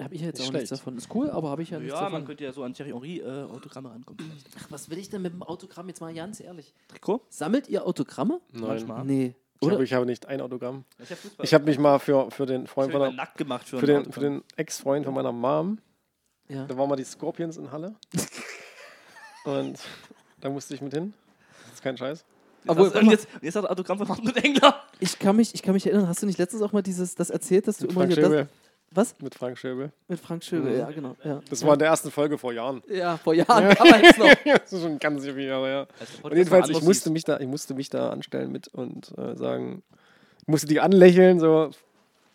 Habe ich ja jetzt Nicht auch schlecht. nichts davon. Ist cool, aber habe ich ja nichts Ja, man davon. könnte ja so an Thierry Henry äh, Autogramme rankommen. Hm. vielleicht. Ach, was will ich denn mit dem Autogramm? Jetzt mal ganz ehrlich. Trikot? Sammelt ihr Autogramme? Manchmal. Nee. Ich Oder? habe, ich habe nicht ein Autogramm. Ich habe Fußball. Ich habe mich mal für, für den Ich Freund hab von mich mal der, nackt gemacht für, für ein den, für Autogramm. den Ex-Freund von meiner Mom. Ja. Da waren mal die Scorpions in Halle. Und da musste ich mit hin. Das ist kein Scheiß. Aber Jetzt hast- und jetzt, und jetzt hat er Autogramm von Hartmut Engler. Ich, kann mich, ich kann mich erinnern, hast du nicht letztens auch mal dieses, das erzählt, dass du Mit immer Frank hier das, Schäbel. Was? Mit Frank Schäbel. Mit Frank Schöbel, Mhm. ja, genau. Ja. Das war in der ersten Folge vor Jahren. ja, vor Jahren damals noch. das ist schon ganz viele Jahre her. Und jedenfalls, ich musste, mich da, ich musste mich da anstellen mit und äh, sagen, ich musste die anlächeln, so,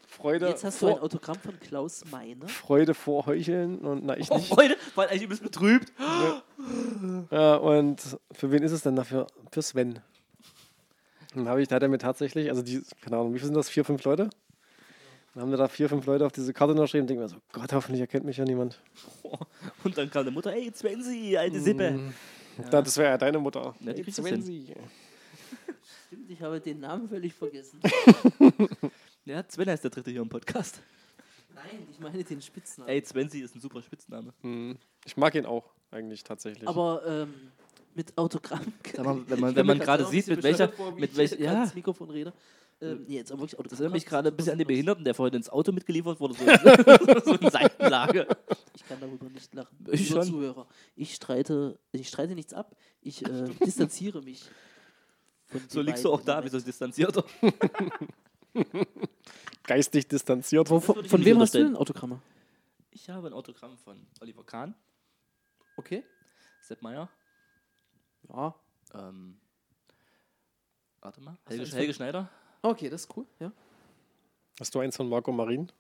Freude, Jetzt hast du ein vor, Autogramm von Klaus Meine. Freude vorheucheln und na, ich Oh, nicht. Freunde, war eigentlich ein bisschen betrübt. Ja, und für wen ist es denn dafür? Für Sven. Dann habe ich, da hat er mir tatsächlich, also die, keine Ahnung, wie viel sind das? Vier, fünf Leute? Dann haben wir da vier, fünf Leute auf diese Karte unterschrieben und denken mir so, Gott, hoffentlich erkennt mich ja niemand. Und dann kam der Mutter, ey, Svenzi, alte Sippe. Da- Das wäre ja deine Mutter. Ja, die kriegt das hin. Svenzi. Stimmt, ich habe den Namen völlig vergessen. Ja, Sven heißt der dritte hier im Podcast. Nein, ich meine den Spitznamen. Ey, Svenzi ist ein super Spitzname. Mhm. Ich mag ihn auch, eigentlich tatsächlich. Aber ähm, mit Autogramm. Sag mal, wenn man, Ich wenn stell man mir gerade auch sieht, ein mit bisschen welcher, bescheuert vor, wie mit ich welcher, gerade ja, ins Mikrofon rede. Ähm, nee, jetzt aber wirklich Autogramm. das erinnert mich gerade ein bisschen an den Besonderes. Behinderten, der vorhin ins Auto mitgeliefert wurde. So, in- so in Seitenlage. Ich kann darüber nicht lachen. Ich Lieber schon. Zuhörer, ich streite, ich streite nichts ab. Ich äh, distanziere mich. von So den liegst du beiden auch da, im wie so ein distanzierter. Geistig distanziert. Moment. Von, würde ich von nicht wem hast du unterstellen. denn Autogramme? Ich habe ein Autogramm von Oliver Kahn, Okay. Sepp Meyer, Ja. ähm, warte mal, du Helge, eins Helge Schneider. Okay, das ist cool. Ja. Hast du eins von Marco Marin?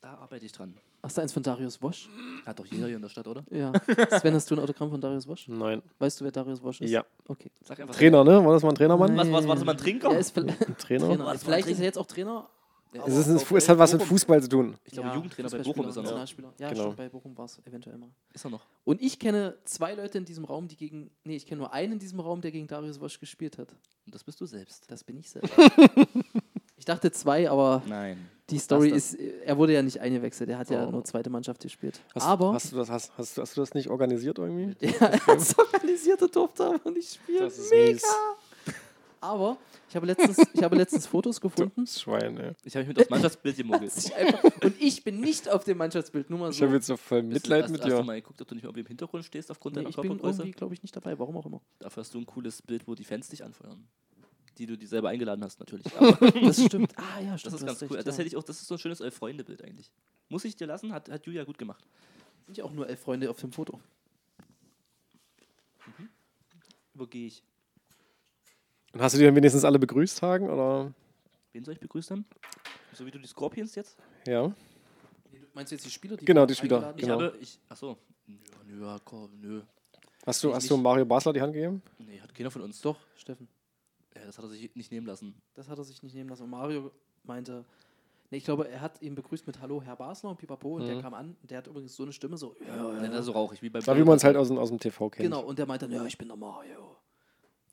Da arbeite ich dran. Hast du eins von Darius Wosch? Hat doch jeder hier in der Stadt, oder? Ja. Sven, hast du ein Autogramm von Darius Wosch? Nein. Weißt du, wer Darius Wosch ist? Ja. Okay. Sag einfach. Trainer, ne? War das mal ein Trainermann? Was- was- war das mal ein Trinker? Er ist vielleicht, Ein Trainer? Trainer. War das mal vielleicht ein ist Trinker? er jetzt auch Trainer. Ja, Es, ist ein, aber- Fu- es hat was mit Fußball zu tun. Ich glaube, Ja, Jugendtrainer bei Fußballspieler, Bochum ist er noch. Nationalspieler. Ja, Genau. stimmt, bei Bochum war es eventuell mal. Ist er noch. Und ich kenne zwei Leute in diesem Raum, die gegen. Nee, ich kenne nur einen in diesem Raum, der gegen Darius Wosch gespielt hat. Und das bist du selbst. Das bin ich selber. ich dachte zwei, aber Nein. die Story Lass das. ist. äh, Er wurde ja nicht eingewechselt, er hat ja Oh. nur zweite Mannschaft gespielt. Hast, aber hast, du das, hast, hast, du- hast du das nicht organisiert irgendwie? er hat es organisiert und durfte aber nicht spielen. Das ist Mega. mies. Aber ich habe letztens, ich habe letztens Fotos gefunden. Das Schwein, ey. Ich habe mich mit aufs Mannschaftsbild gemogelt. Sich einfach- Und ich bin nicht auf dem Mannschaftsbild, nur mal Ich so. habe jetzt so voll Mitleid mit hast, Hast du dir. mal geguckt, ob du nicht irgendwie im Hintergrund stehst aufgrund Nee, deiner ich bin Körpergröße? irgendwie, glaube ich, nicht dabei, warum auch immer. Dafür hast du ein cooles Bild, wo die Fans dich anfeuern. Die du dir selber eingeladen hast, natürlich. Aber Das stimmt. Ah ja, das stimmt. ist ganz cool. Das hätte ich auch, das ist so ein schönes Elf Freunde-Bild eigentlich. Muss ich dir lassen, hat, hat Julia gut gemacht. ich auch nur elf Freunde auf dem Foto. Übergehe ich. Und hast du die dann wenigstens alle begrüßt, Hagen? Oder? Wen soll ich begrüßen? So wie du die Scorpions jetzt? Ja. Meinst du jetzt die Spieler? Die Genau, die Spieler. eingeladen Ich Genau. habe, ich, achso. Nö, nö, ja, komm, nö. Hast du, Ich hast du nicht. Mario Basler die Hand gegeben? Nee, hat keiner von uns. Doch, Steffen. Ja, das hat er sich nicht nehmen lassen. Das hat er sich nicht nehmen lassen. Und Mario meinte, nee, ich glaube, er hat ihn begrüßt mit Hallo, Herr Basler und Pipapo. Und der Mhm. kam an. Der hat übrigens so eine Stimme, so, ja, Ja, das ist so rauchig, wie bei Da wie man es halt aus dem, aus dem TV kennt. genau. Und der meinte, dann, ja, ich bin der Mario.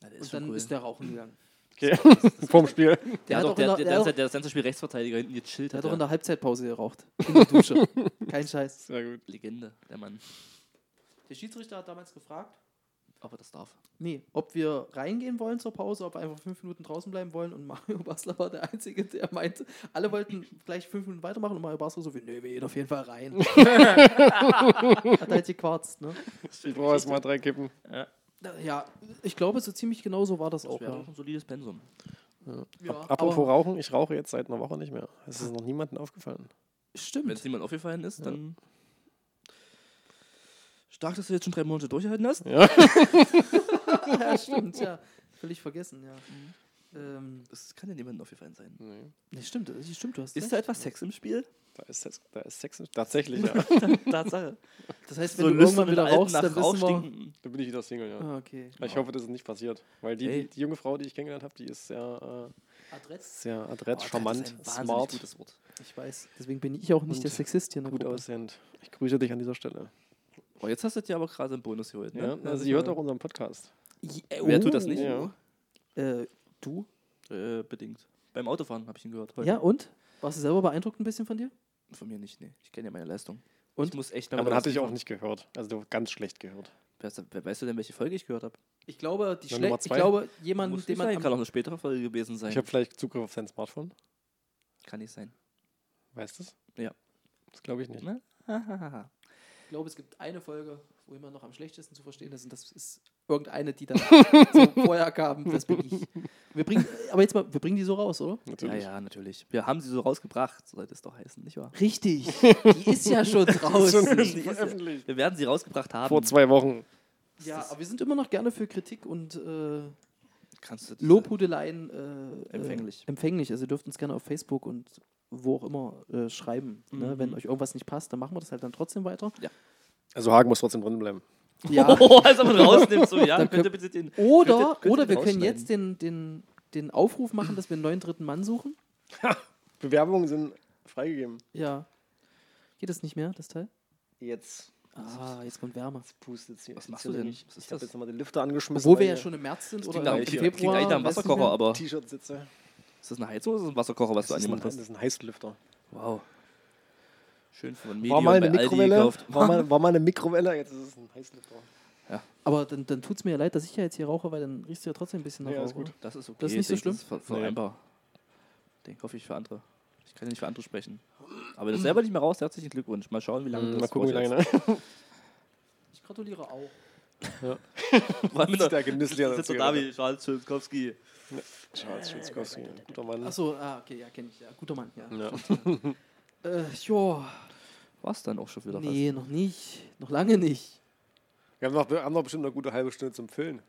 Ja, der und ist dann schon cool. ist der rauchen gegangen. Okay. Vorm Spiel. Der, hat hat auch doch in der- der, der, der der, hat der, das ganze Spiel Rechtsverteidiger hinten gechillt. Der hat er. doch in der Halbzeitpause geraucht. In der Dusche. Kein Scheiß. Sehr gut. Legende, der Mann. Der Schiedsrichter hat damals gefragt, Ob er das darf. nee, ob wir reingehen wollen zur Pause, ob wir einfach fünf Minuten draußen bleiben wollen. Und Mario Basler war der Einzige, der meinte, alle wollten gleich fünf Minuten weitermachen. Und Mario Basler so wie, nee, wir gehen auf jeden Fall rein. hat halt gequarzt, ne? Ich brauche erst mal drei Kippen. Ja, ich glaube, so ziemlich genau so war das, Das auch. wäre Ja. auch ein solides Pensum. Ja, Apropos aber- Rauchen, ich rauche jetzt seit einer Woche nicht mehr. Es ist noch niemandem aufgefallen. Wenn Stimmt. es niemand aufgefallen ist, dann. Stark, dass du jetzt schon drei Monate durchgehalten hast. ja, stimmt, ja. Völlig vergessen, ja. Ähm, Das kann ja niemandem aufgefallen sein. nee, stimmt, das stimmt, du hast Ist recht. da etwas Sex im Spiel? Da ist, Sex- da ist Sex. Tatsächlich, ja. Tatsache. Das heißt, wenn du irgendwann wieder rauchst, dann wissen wir... rausstinkenden- Da bin ich wieder Single, ja. Ah, okay. Ich hoffe, das ist nicht passiert. Weil die, Ey. die, die junge Frau, die ich kennengelernt habe, die ist sehr, äh, Adress? sehr Boah, adrett, das ist ein charmant, wahnsinnig smart, Gutes Wort. Ich weiß. Deswegen bin ich auch nicht Und der Sexist hier in der gut Gruppe. aussehend. Ich grüße dich an dieser Stelle. Oh, jetzt hast du dir aber gerade einen Bonus geholt. Ne? Ja, also sie hört auch unseren Podcast. Ja, Wer tut das oh. nicht? Ja. Äh, du? Äh, bedingt. Beim Autofahren habe ich ihn gehört. heute. Ja, und? Warst du selber beeindruckt ein bisschen von dir? Von mir nicht, nee. Ich kenne ja meine Leistung. Und? Ich muss echt mal Aber wieder dann hatte was ich auch liefern. nicht gehört. Also du- ganz schlecht gehört. Weißt du, weißt du denn, welche Folge ich gehört habe? Ich glaube, die Na, schle- Nummer ich zwei. glaube jemand, Muss den nicht man sein, am- kann auch eine spätere Folge gewesen sein. Ich habe vielleicht Zugriff auf sein Smartphone. kann nicht sein. Weißt du es? Ja. Das glaube ich nicht. Ne? Hahaha. ich glaube, es gibt eine Folge, wo jemand noch am schlechtesten zu verstehen ist und das ist irgendeine, die dann so vorher kam, das bin ich. Wir bringen, äh, aber jetzt mal, wir bringen die so raus, oder? ja, Natürlich. ja, natürlich. Wir haben sie so rausgebracht, sollte es doch heißen, nicht wahr? Richtig. Die ist ja schon draußen. Schon Die ist ja- veröffentlicht. Wir werden sie rausgebracht haben. Vor zwei Wochen. ja, aber wir sind immer noch gerne für Kritik und äh, Kannst du diese- Lobhudeleien äh, äh, Empfänglich. empfänglich. Also ihr dürft uns gerne auf Facebook und wo auch immer äh, schreiben. Ne? Mhm. Wenn euch irgendwas nicht passt, dann machen wir das halt dann trotzdem weiter. Also Hagen muss trotzdem drin bleiben. Ja. Oh, als ob man rausnimmt, so, ja, könnt Oh. ihr bitte den. Oder, Könntet- könntet oder wir ihr können rausschneiden. jetzt den, den, den Aufruf machen, dass wir einen neuen dritten Mann suchen. Bewerbungen sind freigegeben. Ja. Geht das nicht mehr, das Teil? Jetzt Ah, jetzt kommt Wärme. pustet hier. Was machst du denn? Was ist Ich habe das? Genau, jetzt nochmal den Lüfter angeschmissen. Obwohl wir weil ja schon im März sind oder Klingt nach- im hier- Februar. Klingt eigentlich nach einem weiß nicht Wasserkocher, mehr. aber ist T-Shirt sitze. das eine Heizung oder ist das ein Wasserkocher, was du Das ist, ein, angemacht das hast? ist ein Heißlüfter. Wow. Schön von War Medium mal bei eine Aldi Mikrowelle. gekauft. War mal, war mal eine Mikrowelle, Hm, jetzt ist es ein Heißlüfter. Aber dann, dann tut es mir ja leid, dass ich ja jetzt hier rauche, weil dann riechst du ja trotzdem ein bisschen nach Nee, alles Rauch, gut. oder? Das ist okay. Das ist nicht so ich denke, schlimm? Das ist ver vereinbar. Den hoffe ich für andere. Ich kann ja nicht für andere sprechen. Aber wenn du selber nicht mehr raus, herzlichen Glückwunsch. Mal schauen, wie lange du Mal das gucken, wie lange. durchhältst. Ne? Ich gratuliere auch. Vor allem mit der- Der genüsselt ja Sitzt da wie Charles Schulzkowski. Charles Schulzkowski, ein guter Mann. Achso, ah, okay, ja, kenne ich. Ja, guter Mann, ja. Ja. Äh, jo, War's dann auch schon wieder fast. nee, noch nicht. Noch lange nicht. Wir haben noch, haben noch bestimmt eine gute halbe Stunde zum Füllen.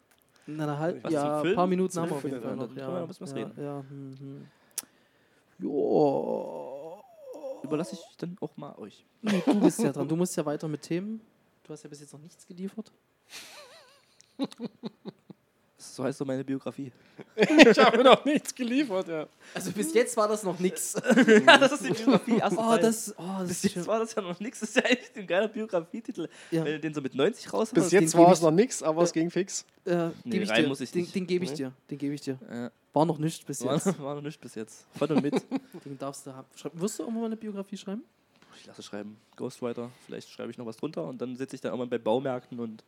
Na, na, halb, Was, zum ja, ein Film? paar Minuten Zum haben wir auf Film jeden Fall dann noch. noch. Können wir Ja, noch was ja, reden? Ja, hm, hm. Jo. Überlasse ich dann auch mal euch. Nee, du bist ja dran. Du musst ja weiter mit Themen. Du hast ja bis jetzt noch nichts geliefert. So heißt doch meine Biografie. Ich habe noch nichts geliefert, ja. Also bis jetzt war das noch nichts. ja, das ist die Biografie. erste Oh, Teil. das, oh, das Bis ist schön. jetzt war das ja noch nichts. Das ist ja eigentlich ein geiler Biografietitel. Ja. äh, Wenn du den so mit 90 raus Bis hast. jetzt geb war ich- es noch nichts, aber es ging fix. Äh, Nee, geb ich rein dir. muss ich den nicht. den gebe ich Nee. dir. Den gebe ich dir. Äh, War noch nichts bis war, jetzt. war noch nicht bis jetzt. Von und mit. Den darfst du haben. Schreib, wirst du irgendwann mal eine Biografie schreiben? Ich lasse schreiben. Ghostwriter. Vielleicht schreibe ich noch was drunter und dann sitze ich dann irgendwann bei Baumärkten und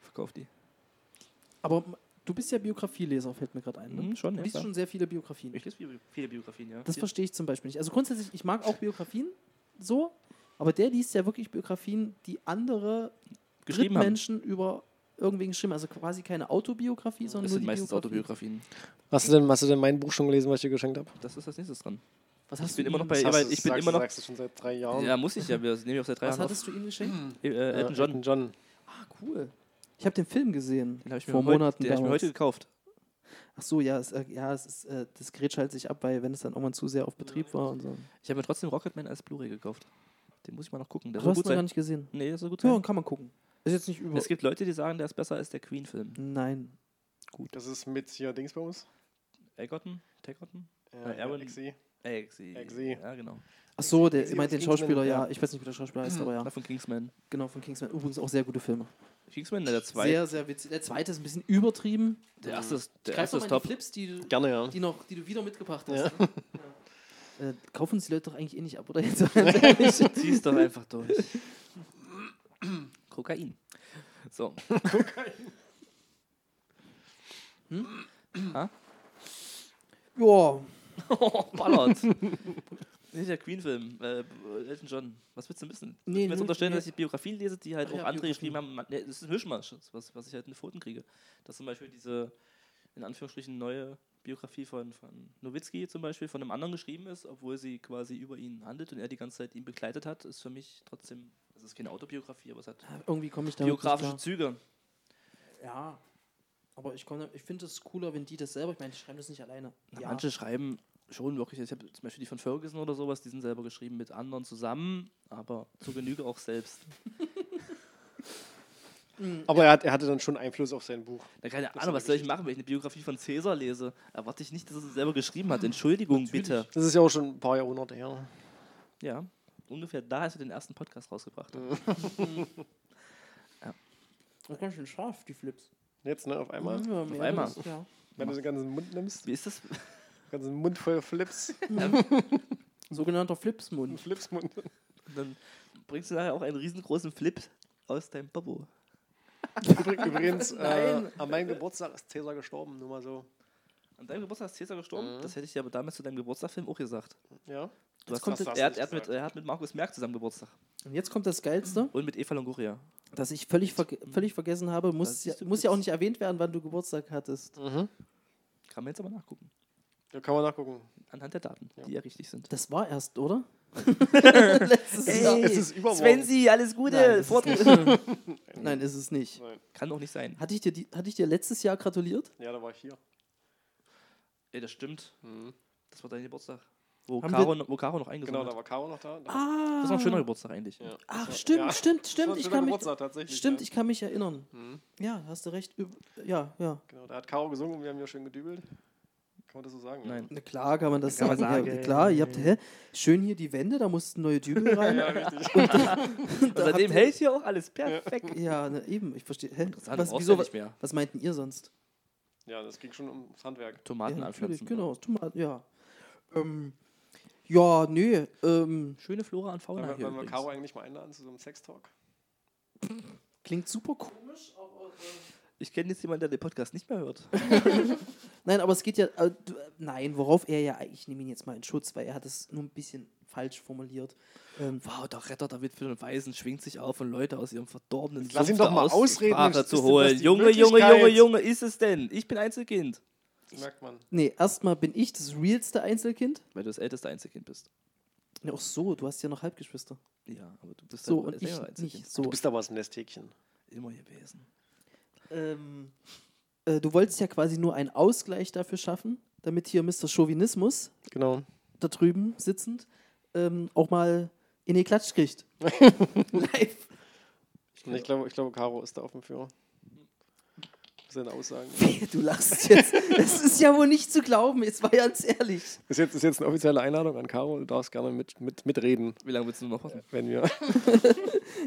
verkaufe die. Aber m- du bist ja Biografieleser, fällt mir gerade ein. Ne? Mhm, schon, du ja, liest klar. schon sehr viele Biografien. Ich lese viele- viele Biografien, ja. das verstehe ich zum Beispiel nicht. Also grundsätzlich, ich mag auch Biografien so, aber der liest ja wirklich Biografien, die andere geschrieben haben. Menschen über irgendwen geschrieben Also quasi keine Autobiografie, sondern Das nur sind die meistens Biografie. Autobiografien. Hast du, denn, hast du denn mein Buch schon gelesen, was ich dir geschenkt habe? Das ist das nächste dran. Was Ich hast bin du immer ihm- noch bei- Ewald, ich bin sagst, immer noch- sagst du schon seit drei Jahren. Ja, muss ich ja. Wir nehmen ja auch seit drei Was Jahren auf. hattest du ihm geschenkt? Äh, äh, Elton John. John. Ah, cool. Ich habe den Film gesehen. Den habe ich mir vor heute- Monaten Den habe ich mir damals. heute gekauft. Ach so, ja, es, äh, ja, es ist, äh, das Gerät schaltet sich ab, weil wenn es dann irgendwann zu sehr auf Betrieb war und so. Ich habe mir trotzdem Rocketman als Blu-ray gekauft. Den muss ich mal noch gucken. Der Du soll hast ihn gut gar sein. nicht gesehen. Nee, das soll gut Ja, sein. dann kann man gucken. Ist jetzt nicht über. Es gibt Leute, die sagen, der ist besser als der Queen-Film. Nein. Das ist mit hier Dings bei uns. Egerton? Teggerton? Ja, Ja, Erwin- Exi. Exi. Exi. Ja, genau. Ach so, der, Kingsman, ich meint den Kingsman, Schauspieler, ja. ja. Ich weiß nicht, wie der Schauspieler heißt, aber ja. Ja. Von Kingsman. Genau, von Kingsman. Übrigens auch sehr gute Filme. Kingsman, na, der zweite. Sehr, sehr witzig. Der zweite ist ein bisschen übertrieben. der erste ist, der Greif erste doch mal ist in top. die Flips, die du, Gerne, ja. die, noch, die du wieder mitgebracht hast. Ja. ne? Ja. Äh, kaufen uns die Leute doch eigentlich eh nicht ab, oder? Jetzt ganz ehrlich. Zieh's doch einfach durch. Kokain. So. Kokain. Hm? Ah? Joa. Ballert. Nicht der Queen-Film, äh, Elton John. Was willst du wissen? Willst du Nee, mir jetzt nee, unterstellen, nee. dass ich Biografien lese, die halt Ach auch ja, andere Biografien. geschrieben haben. Man- Nee, das ist ein Mischmasch, was, was ich halt in den Pfoten kriege. Dass zum Beispiel diese, in Anführungsstrichen, neue Biografie von, von Nowitzki zum Beispiel von einem anderen geschrieben ist, obwohl sie quasi über ihn handelt und er die ganze Zeit ihn begleitet hat, ist für mich trotzdem, das ist keine Autobiografie, aber es hat Irgendwie komme ich da biografische Züge. Ja. Aber ich, komm da- ich finde es cooler, wenn die das selber. Ich meine, die schreiben das nicht alleine. Na, Manche schreiben schon wirklich, ich habe zum Beispiel die von Ferguson oder sowas, die sind selber geschrieben mit anderen zusammen, aber zur Genüge auch selbst. Aber er, hat, er hatte dann schon Einfluss auf sein Buch. Na, keine Das Ahnung, was ist soll ich machen, wenn ich eine Biografie von Cäsar lese? Erwarte ich nicht, dass er sie selber geschrieben hat. Entschuldigung, bitte. Das ist ja auch schon ein paar Jahrhunderte her. Ja, ungefähr da hast du den ersten Podcast rausgebracht. Das ganz schön scharf, die Flips. Jetzt, ne, auf einmal. Ja, mehr einmal. das- Ja. Wenn du den ganzen Mund nimmst, den Wie ist das? ganzen Mund voll Flips. Sogenannter Flipsmund. Flipsmund. Dann bringst du nachher auch einen riesengroßen Flip aus deinem Babbo. Übrig- Übrigens, äh, Nein. an meinem Geburtstag ist Cäsar gestorben, nur mal so. An deinem Geburtstag ist Cäsar gestorben? Mhm. Das hätte ich dir aber damals zu deinem Geburtstagfilm auch gesagt. Ja. Du hast kommt er, jetzt- hat, er, hat mit, er hat mit Markus Merck zusammen Geburtstag. Und jetzt kommt das Geilste, Und mit Eva Longoria. dass ich völlig, verge völlig vergessen habe. Das Muss, ja, siehst du muss ja jetzt. auch nicht erwähnt werden, wann du Geburtstag hattest. Kann man jetzt aber nachgucken. Da Mhm. kann man nachgucken. Anhand der Daten, die ja richtig sind. Das war erst, oder? Letztes Jahr. es ist übermorgen. Svenzi, alles Gute. Nein, das Fort- ist nicht. Nein, ist es nicht. Kann doch nicht sein. Hatte ich, dir die, hatte ich dir letztes Jahr gratuliert? Ja, da war ich hier. Ey, das stimmt. Das war dein Geburtstag. Wo, Haben Caro, noch- wo Caro noch eingesungen Mhm. Genau, da hat. war Caro noch da. da. Ah. Das ist noch ein schöner Geburtstag eigentlich. Ja. Ach, Das war- stimmt, ja. stimmt, Das war stimmt. ein Ich schöner kann mich, Geburtstag, tatsächlich. stimmt, ja. ich kann mich erinnern. Mhm. Ja, hast du recht. Üb- Ja, ja. Genau, da hat Caro gesungen und wir haben ja schön gedübelt. Kann man das so sagen? Nein. Na klar kann man das Kann man sagen. sagen, Ja, ey. klar, ihr habt, hä? Schön hier die Wände, da mussten neue Dübel Ja, rein. ja richtig. Und Da seitdem habt ihr- hält hier auch alles perfekt. Ja, na, eben, ich verstehe. Hä? Interessant, Was, brauchst wieso, ja nicht mehr. was meinten ihr sonst? ja, das ging schon ums Handwerk. Tomaten ja, natürlich, anpflanzen. genau. Tomaten, ja. Ähm, ja, nee. Ähm, Schöne Flora an Fauna Wollen hier. wir, wollen wir übrigens. Caro eigentlich mal einladen zu so einem Sextalk? klingt super komisch, aber. Ich kenne jetzt jemanden, der den Podcast nicht mehr hört. Nein, aber es geht ja. Äh, du- äh, nein, worauf er ja. Ich nehme ihn jetzt mal in Schutz, weil er hat es nur ein bisschen falsch formuliert. Ähm, Wow, der Retter der Witwen und Waisen schwingt sich auf und Leute aus ihrem verdorbenen Jetzt lass ihn Sumpf doch der mal Aus- ausreden, Sprache Mensch, ist zu denn das holen. die Junge, Junge, Möglichkeit? Junge, Junge, ist es denn? Ich bin Einzelkind. Das merkt man. nee, erstmal bin ich das realste Einzelkind. Weil du das älteste Einzelkind bist. Ja, auch so, du hast ja noch Halbgeschwister. Ja, aber du bist So, ja und ich nicht. So. Du bist aber aus dem Nesthäkchen. Immer gewesen. Ähm, äh, du wolltest ja quasi nur einen Ausgleich dafür schaffen, damit hier Mr. Chauvinismus Genau. da drüben sitzend ähm, auch mal in den Klatsch kriegt. Live. Und ich glaube, ich glaube, Caro ist da auf dem Führer. Seine Aussagen. Du lachst jetzt. Es ist ja wohl nicht zu glauben, jetzt war ganz ehrlich. Ist jetzt, ist jetzt eine offizielle Einladung an Caro. Du darfst gerne mit, mit, mitreden, Wie lange willst du noch warten? wenn wir.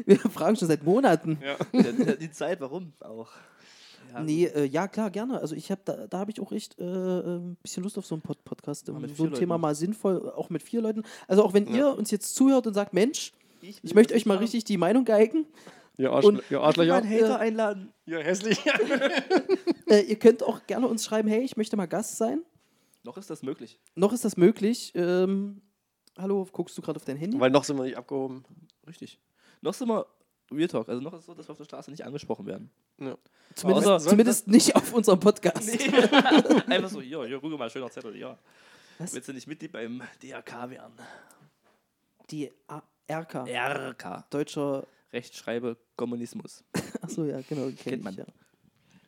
Wir fragen schon seit Monaten. Ja. die, die Zeit, warum auch? Ja, Nee, äh, ja, klar, gerne. Also ich habe da, da habe ich auch echt äh, äh, ein bisschen Lust auf so einen Pod Podcast. Mal Um mit so vier ein Thema Leuten. mal sinnvoll, auch mit vier Leuten. Also auch wenn ihr uns jetzt zuhört und sagt, Mensch, will ich möchte das euch mal nicht richtig die Meinung geigen, Ihr, Arsch, Und- ihr haben. Arschlöcher. Meinen Hater Ja. einladen. Ihr hässlich. äh, ihr könnt auch gerne uns schreiben, hey, ich möchte mal Gast sein. Noch ist das möglich. Noch ist das möglich. Ähm, hallo, guckst du gerade auf dein Handy? Weil noch sind wir nicht abgehoben. Richtig. Noch sind wir Real Talk. Also noch ist es so, dass wir auf der Straße nicht angesprochen werden. Zumindest, Außer- zumindest nicht auf unserem Podcast. Einfach so, ja, ja, rüge mal schöner Zettel, ja. Was? Willst du nicht Mitglied beim DRK werden? Die A RK. RK. Deutscher. Rechtschreibe Kommunismus. Achso, ja, genau. Kenn Kennt ich, man. Ja.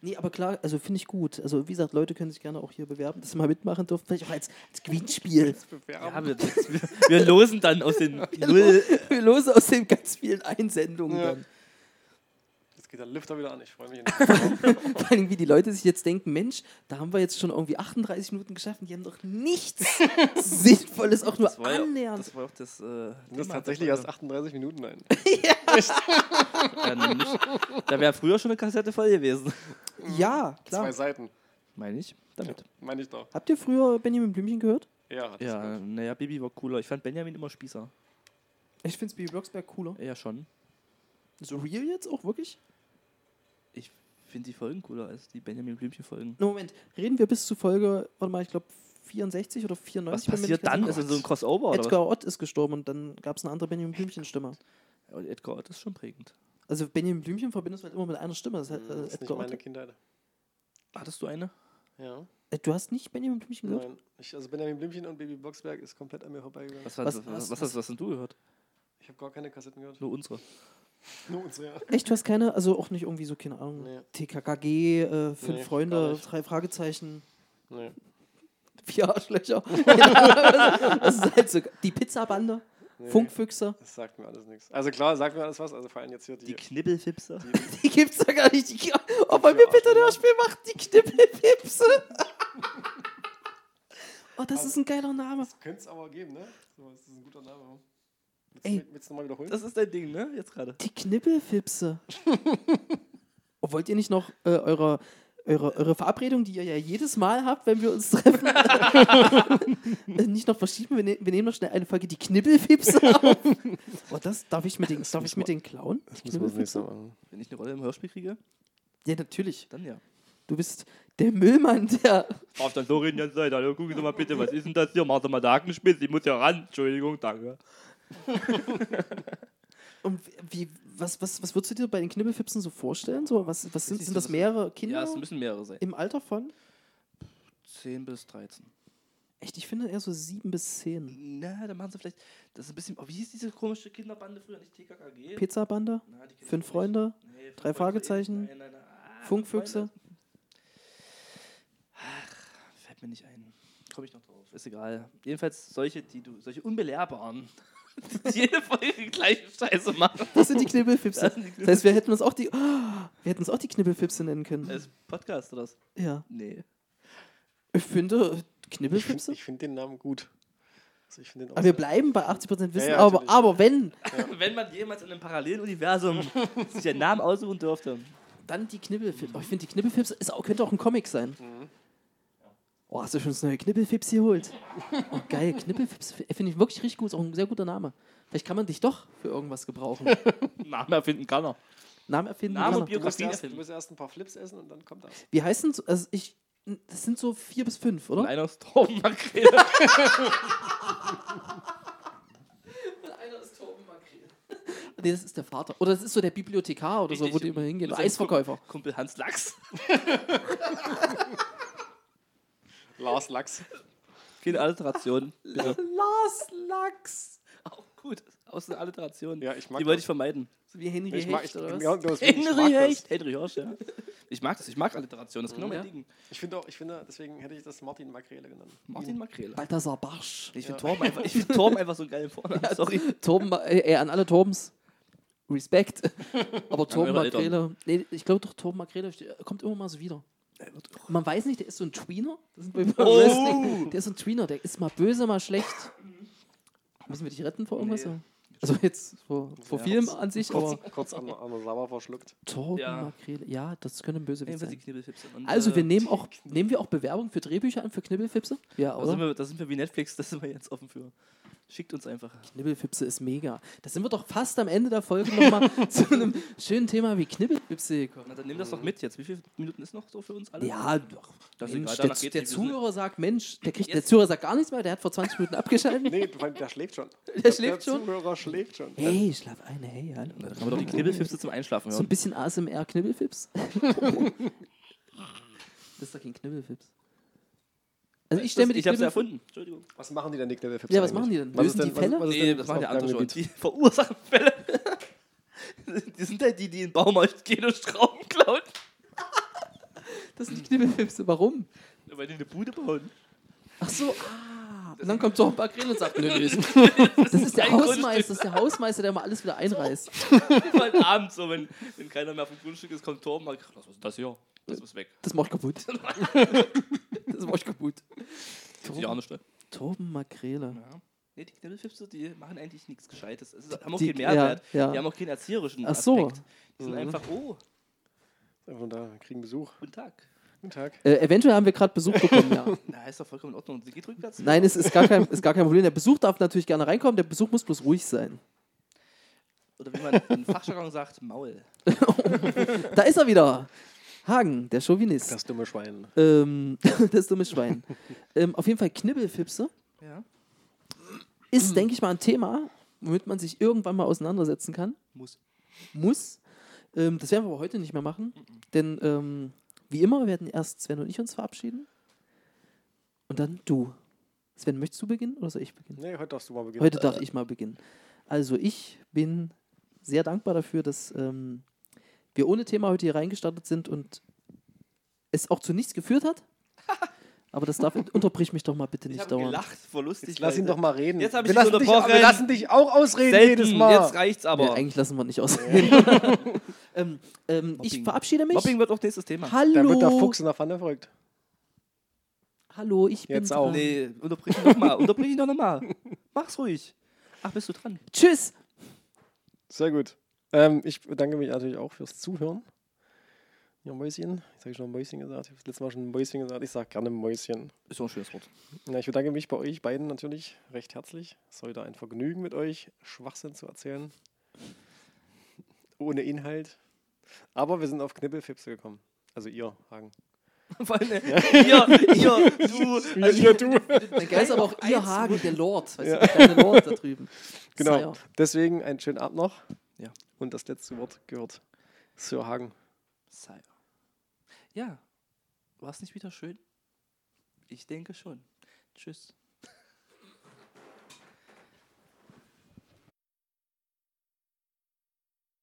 Nee, aber klar, also finde ich gut. Also, wie gesagt, Leute können sich gerne auch hier bewerben, dass sie mal mitmachen dürfen. Vielleicht auch als, als Gewinnspiel. Ja, wir, wir, wir losen dann aus den Null. Wir losen Also, aus den ganz vielen Einsendungen Ja. dann. Jetzt geht der Lifter wieder an. Ich freue mich. Vor allem, wie die Leute sich jetzt denken: Mensch, da haben wir jetzt schon irgendwie 38 Minuten geschafft und die haben doch nichts Sinnvolles auch nur Das war, ja, annähernd. das war auch das. Äh, Du Thema bist tatsächlich der erst Folge. 38 Minuten ein. Ja, nicht. Da wäre früher schon eine Kassette voll gewesen. Ja, Zwei klar. Seiten. Meine ich? Damit. Meine ich doch. Habt ihr früher Benjamin Blümchen gehört? Ja, hat das Ja, äh, gut. naja, Bibi war cooler. Ich fand Benjamin immer Spießer. Ich finde Bibi Blocksberg cooler. Ja, schon. So real jetzt auch wirklich? Ich finde die Folgen cooler als die Benjamin Blümchen-Folgen. No, Moment, reden wir bis zu Folge, warte mal, ich glaube 64 oder 94. bin Was mir nicht passiert ganz dann? sicher. Ist es so ein Crossover? Oder was? Edgar Ott ist gestorben und dann gab es eine andere Benjamin Blümchen-Stimme. Ja, und Edgar Ott ist schon prägend. Also Benjamin Blümchen verbindest du halt immer mit einer Stimme. Das ist halt, äh, Das Hm, ist nicht Edgar meine Ott. Kindheit. Hattest du eine? Ja. Äh, Du hast nicht Benjamin Blümchen gehört? Nein. Ich, also Benjamin Blümchen und Baby Blocksberg ist komplett an mir vorbeigegangen. Was, war- Was- was, was- was, was, hast- was hast denn du gehört? Ich habe gar keine Kassetten gehört. Nur unsere. Nur unsere. Ja. Echt, du hast keine? Also auch nicht irgendwie so, keine Ahnung, Nee. TKKG, äh, Fünf Nee, gar Freunde, nicht. drei Fragezeichen, Nee. vier Arschlöcher. Ja, das ist halt so, die Pizzabande, Nee. Funkfüchse, Das sagt mir alles nichts. Also klar, sagt mir alles was. Also vor allem jetzt hier die. Die Knibbelfipse. die gibt's da gar nicht. Die, oh, bei mir bitte ein Hörspiel macht die Knippelpipse. oh, das ist ein geiler Name. Könnte es aber geben, ne? So, das ist ein guter Name. Willst Ey. du- Willst du nochmal wiederholen? Das ist dein Ding, ne? Jetzt gerade. Die Knippelfipse. oh, wollt ihr nicht noch äh, eure, eure, eure Verabredung, die ihr ja jedes Mal habt, wenn wir uns treffen, äh, nicht noch verschieben? Wir, ne wir nehmen noch schnell eine Folge die Knippelfipse auf. oh, das darf ich mit den, darf ich mit den klauen? Knibbelfipse? machen. Wenn ich eine Rolle im Hörspiel kriege, Ja, natürlich. dann ja. Du bist der Müllmann, der. Auf dann so reden die ganze Zeit. Hallo, gucken Sie mal bitte, was ist denn das hier? Machen Sie mal den Hakenspitz, ich muss ja ran. Entschuldigung, danke. Und um, wie, was, was, was würdest du dir bei den Knibbelfipsen so vorstellen? So, was, was sind, Siehst sind du, das was- mehrere Ja, Kinder es müssen mehrere sein. im Alter von? 10 bis 13. Echt, ich finde eher so sieben bis zehn. Na, dann machen sie vielleicht. Das ist ein bisschen. Oh, wie hieß diese komische Kinderbande früher? Nicht TKKG? Pizzabande, Na, die kenn ich fünf nicht. Freunde, Nee, fünf drei Freunde Fragezeichen, eh nicht. Nein, nein, nein. Ah, Funkfüchse. Freunde. Ach, fällt mir nicht ein. komme ich noch drauf. Ist egal. Jedenfalls solche, die du, solche unbelehrbaren, die jede Folge die gleiche Scheiße machen. Das sind die Knibbelfipse. Das sind die Das heißt, wir hätten uns auch die, oh, wir hätten uns auch die Knibbelfipse nennen können. Als Podcast oder was? Ja. Nee. Ich finde, Ich Knibbelfipse? finde find den Namen gut. Also ich find den Aber wir bleiben bei 80% Wissen, Ja, ja, aber, natürlich. aber wenn, Wenn man jemals in einem parallelen Universum sich einen Namen aussuchen dürfte. dann die Knibbelfipse. Oh, ich finde, die Knibbelfipse ist auch, könnte auch ein Comic sein. Oh, hast du schon das neue Knibbelfips geholt? Oh, geil, Knibbelfips. Finde ich wirklich richtig gut. Ist auch ein sehr guter Name. Vielleicht kann man dich doch für irgendwas gebrauchen. Namen erfinden kann er. Namen erfinden. Name kann und er. Du musst, Biografie erst, du erfinden. musst erst ein paar Flips essen und dann kommt das. Wie heißen so, also ich, das sind so vier bis fünf, oder? Und einer ist Traubenmakrele. Einer ist Torben Makrele. Nee, das ist der Vater. Oder das ist so der Bibliothekar oder so, wo Richtig. die immer hingehen. Das ist ein Eisverkäufer. Kumpel- Kumpel Hans Lachs. Lars Lachs. Keine Alliteration. bitte. Lars Lachs. Auch gut. Aus der Alliteration. Ja, ich mag Die wollte das. ich vermeiden. So wie Henry Ich Hecht, mag, ich, oder was? ja, deswegen, ich mag das. Henry Hirsch, ja. Ich mag das. Ich mag Alliteration. Das kann auch Ja. mein Ding. Ich finde auch, ich finde, deswegen hätte ich das Martin Makrele genannt. Martin Makrele. Balthasar Barsch. Ich finde Torben einfach, ich find Torben einfach so einen geilen Vornamen. Sorry. Torben, äh, äh, an alle Torbens. Respekt. Aber Torben eure Makrele, nee, ich glaube doch, Torben Makrele ste- kommt immer mal so wieder. Man weiß nicht, der ist so ein Tweener. Das sind wir beim Oh. Wrestling. Der ist so ein Tweener, der ist mal böse, mal schlecht. Müssen wir dich retten vor irgendwas? Nee. oder? Also jetzt vor, vor Ja, vielem kurz- an sich, aber Kurz, kurz an, an der Sauer verschluckt. Torben Ja. Makrele, ja, das könnte ein Bösewicht Jedenfalls die sein. Knibbelfipse. Und, Also äh, wir nehmen auch, nehmen wir auch Bewerbung für Drehbücher an, für Knibbelfipse? Ja, Da sind, oder? wir, da sind wir wie Netflix, da sind wir jetzt offen für. Schickt uns einfach. Knibbelfipse ist mega. Da sind wir doch fast am Ende der Folge nochmal zu einem schönen Thema wie Knibbelfipse gekommen. Na, dann nimm das doch mit jetzt. Wie viele Minuten ist noch so für uns alle? Ja, doch. Das ist Mensch, egal, der, danach geht's der nicht, wir sind- Zuhörer sagt, Mensch, der, kriegt, der Jetzt- Zuhörer sagt gar nichts mehr, der hat vor 20 Minuten abgeschaltet. Nee, du- der schläft schon. Der, schläft schon? Der Zuhörer schläft schon. Hey, schlaf ein, hey, hallo. Dann haben wir doch die Knibbelfipse zum Einschlafen So ein hören. bisschen ASMR-Knibbelfips. das ist doch kein Knibbelfips. Also ich stelle mir die ich habe es Knibbel- erfunden. Entschuldigung. Was machen die denn, Nick Level Ja, was machen die denn? Was ist Lösen denn, die was, Fälle? was ist Nee, denn, was das machen die auf anderen deinem schon. Gebiet? Die verursachen Fälle. Die sind halt die, die in den Baumarkt gehen und Schrauben klauen. Das sind die Knibbelfipse. Warum? Weil die eine Bude bauen. Ach so, ah. Und dann kommt doch ein paar Grillen und sagt, nö, nö. Das ist der ein Hausmeister, das ist der Hausmeister, der mal alles wieder einreißt. Weil abends, so, wenn, wenn keiner mehr auf dem Grundstück ist, kommt Torben und sagt, was ist das hier? Äh, Das muss weg. Das mach ich kaputt. Das mach ich kaputt. Das ist ja auch nicht ne? Torben Makrele. Ja. Nee, die Knibbelfipse, die machen eigentlich nichts Gescheites. Es ist, haben auch Die- keinen Mehrwert. ja, ja. Die haben auch keinen erzieherischen Ach so. Mhm. Aspekt. Die sind einfach, oh, Einfach da, wir kriegen Besuch. guten Tag. Guten Tag. Äh, eventuell haben wir gerade Besuch bekommen, ja. Na, ist doch vollkommen in Ordnung. Sie geht rückwärts. Nein, es ist gar, kein, ist gar kein Problem. Der Besuch darf natürlich gerne reinkommen, der Besuch muss bloß ruhig sein. Oder wie man in Fachjargon sagt, Maul. Da ist er wieder. Hagen, der Chauvinist. Das, Das dumme Schwein. ähm, das dumme Schwein. ähm, auf jeden Fall Knibbelfipse Ja. ist, denke ich mal, ein Thema, womit man sich irgendwann mal auseinandersetzen kann. Muss. muss. Ähm, das werden wir aber heute nicht mehr machen, denn ähm, wie immer werden erst Sven und ich uns verabschieden und dann du. Sven, möchtest du beginnen oder soll ich beginnen? Nee, heute darfst du mal beginnen. Heute darf ich mal beginnen. Also ich bin sehr dankbar dafür, dass ähm, wir ohne Thema heute hier reingestartet sind und es auch zu nichts geführt hat. Aber das darf, unterbrich mich doch mal bitte Ich nicht habe dauernd. gelacht, vor lustig. Jetzt lass ihn doch mal reden. Jetzt hab ich wir, dich lassen dich, unterbrochen. wir lassen dich auch ausreden Selten. jedes Mal. Jetzt reicht's Nee, aber. eigentlich lassen wir nicht aussehen. ähm, ähm, ich Mobbing. verabschiede mich. Mobbing wird auch nächstes Thema. Hallo. da wird der Fuchs in der Pfanne verrückt. Hallo, ich bin Jetzt auch. dran. Nee, unterbrich ihn doch mal. Unterbrich ihn doch nochmal. Mach's ruhig. Ach, bist du dran? Tschüss. Sehr gut. Ähm, ich bedanke mich natürlich auch fürs Zuhören. Ja, Mäuschen. Jetzt habe ich schon Mäuschen gesagt. Ich habe das letzte Mal schon Mäuschen gesagt. Ich sage gerne Mäuschen. Ist auch ein schönes Wort. Ja, ich bedanke mich bei euch beiden natürlich recht herzlich. Es war wieder ein Vergnügen mit euch, Schwachsinn zu erzählen. Ohne Inhalt. Aber wir sind auf Knibbelfipse gekommen. Also ihr, Hagen. Vor allem, äh, ihr, ihr, du. Also ihr, du. Dann geil ist aber auch ihr Hagen, der Lord. Weißt du, der kleine Lord da drüben. Genau. Sire. Deswegen einen schönen Abend noch. Ja. Und das letzte Wort gehört Sir Hagen. Sire. Ja, war es nicht wieder schön? Ich denke schon. Tschüss.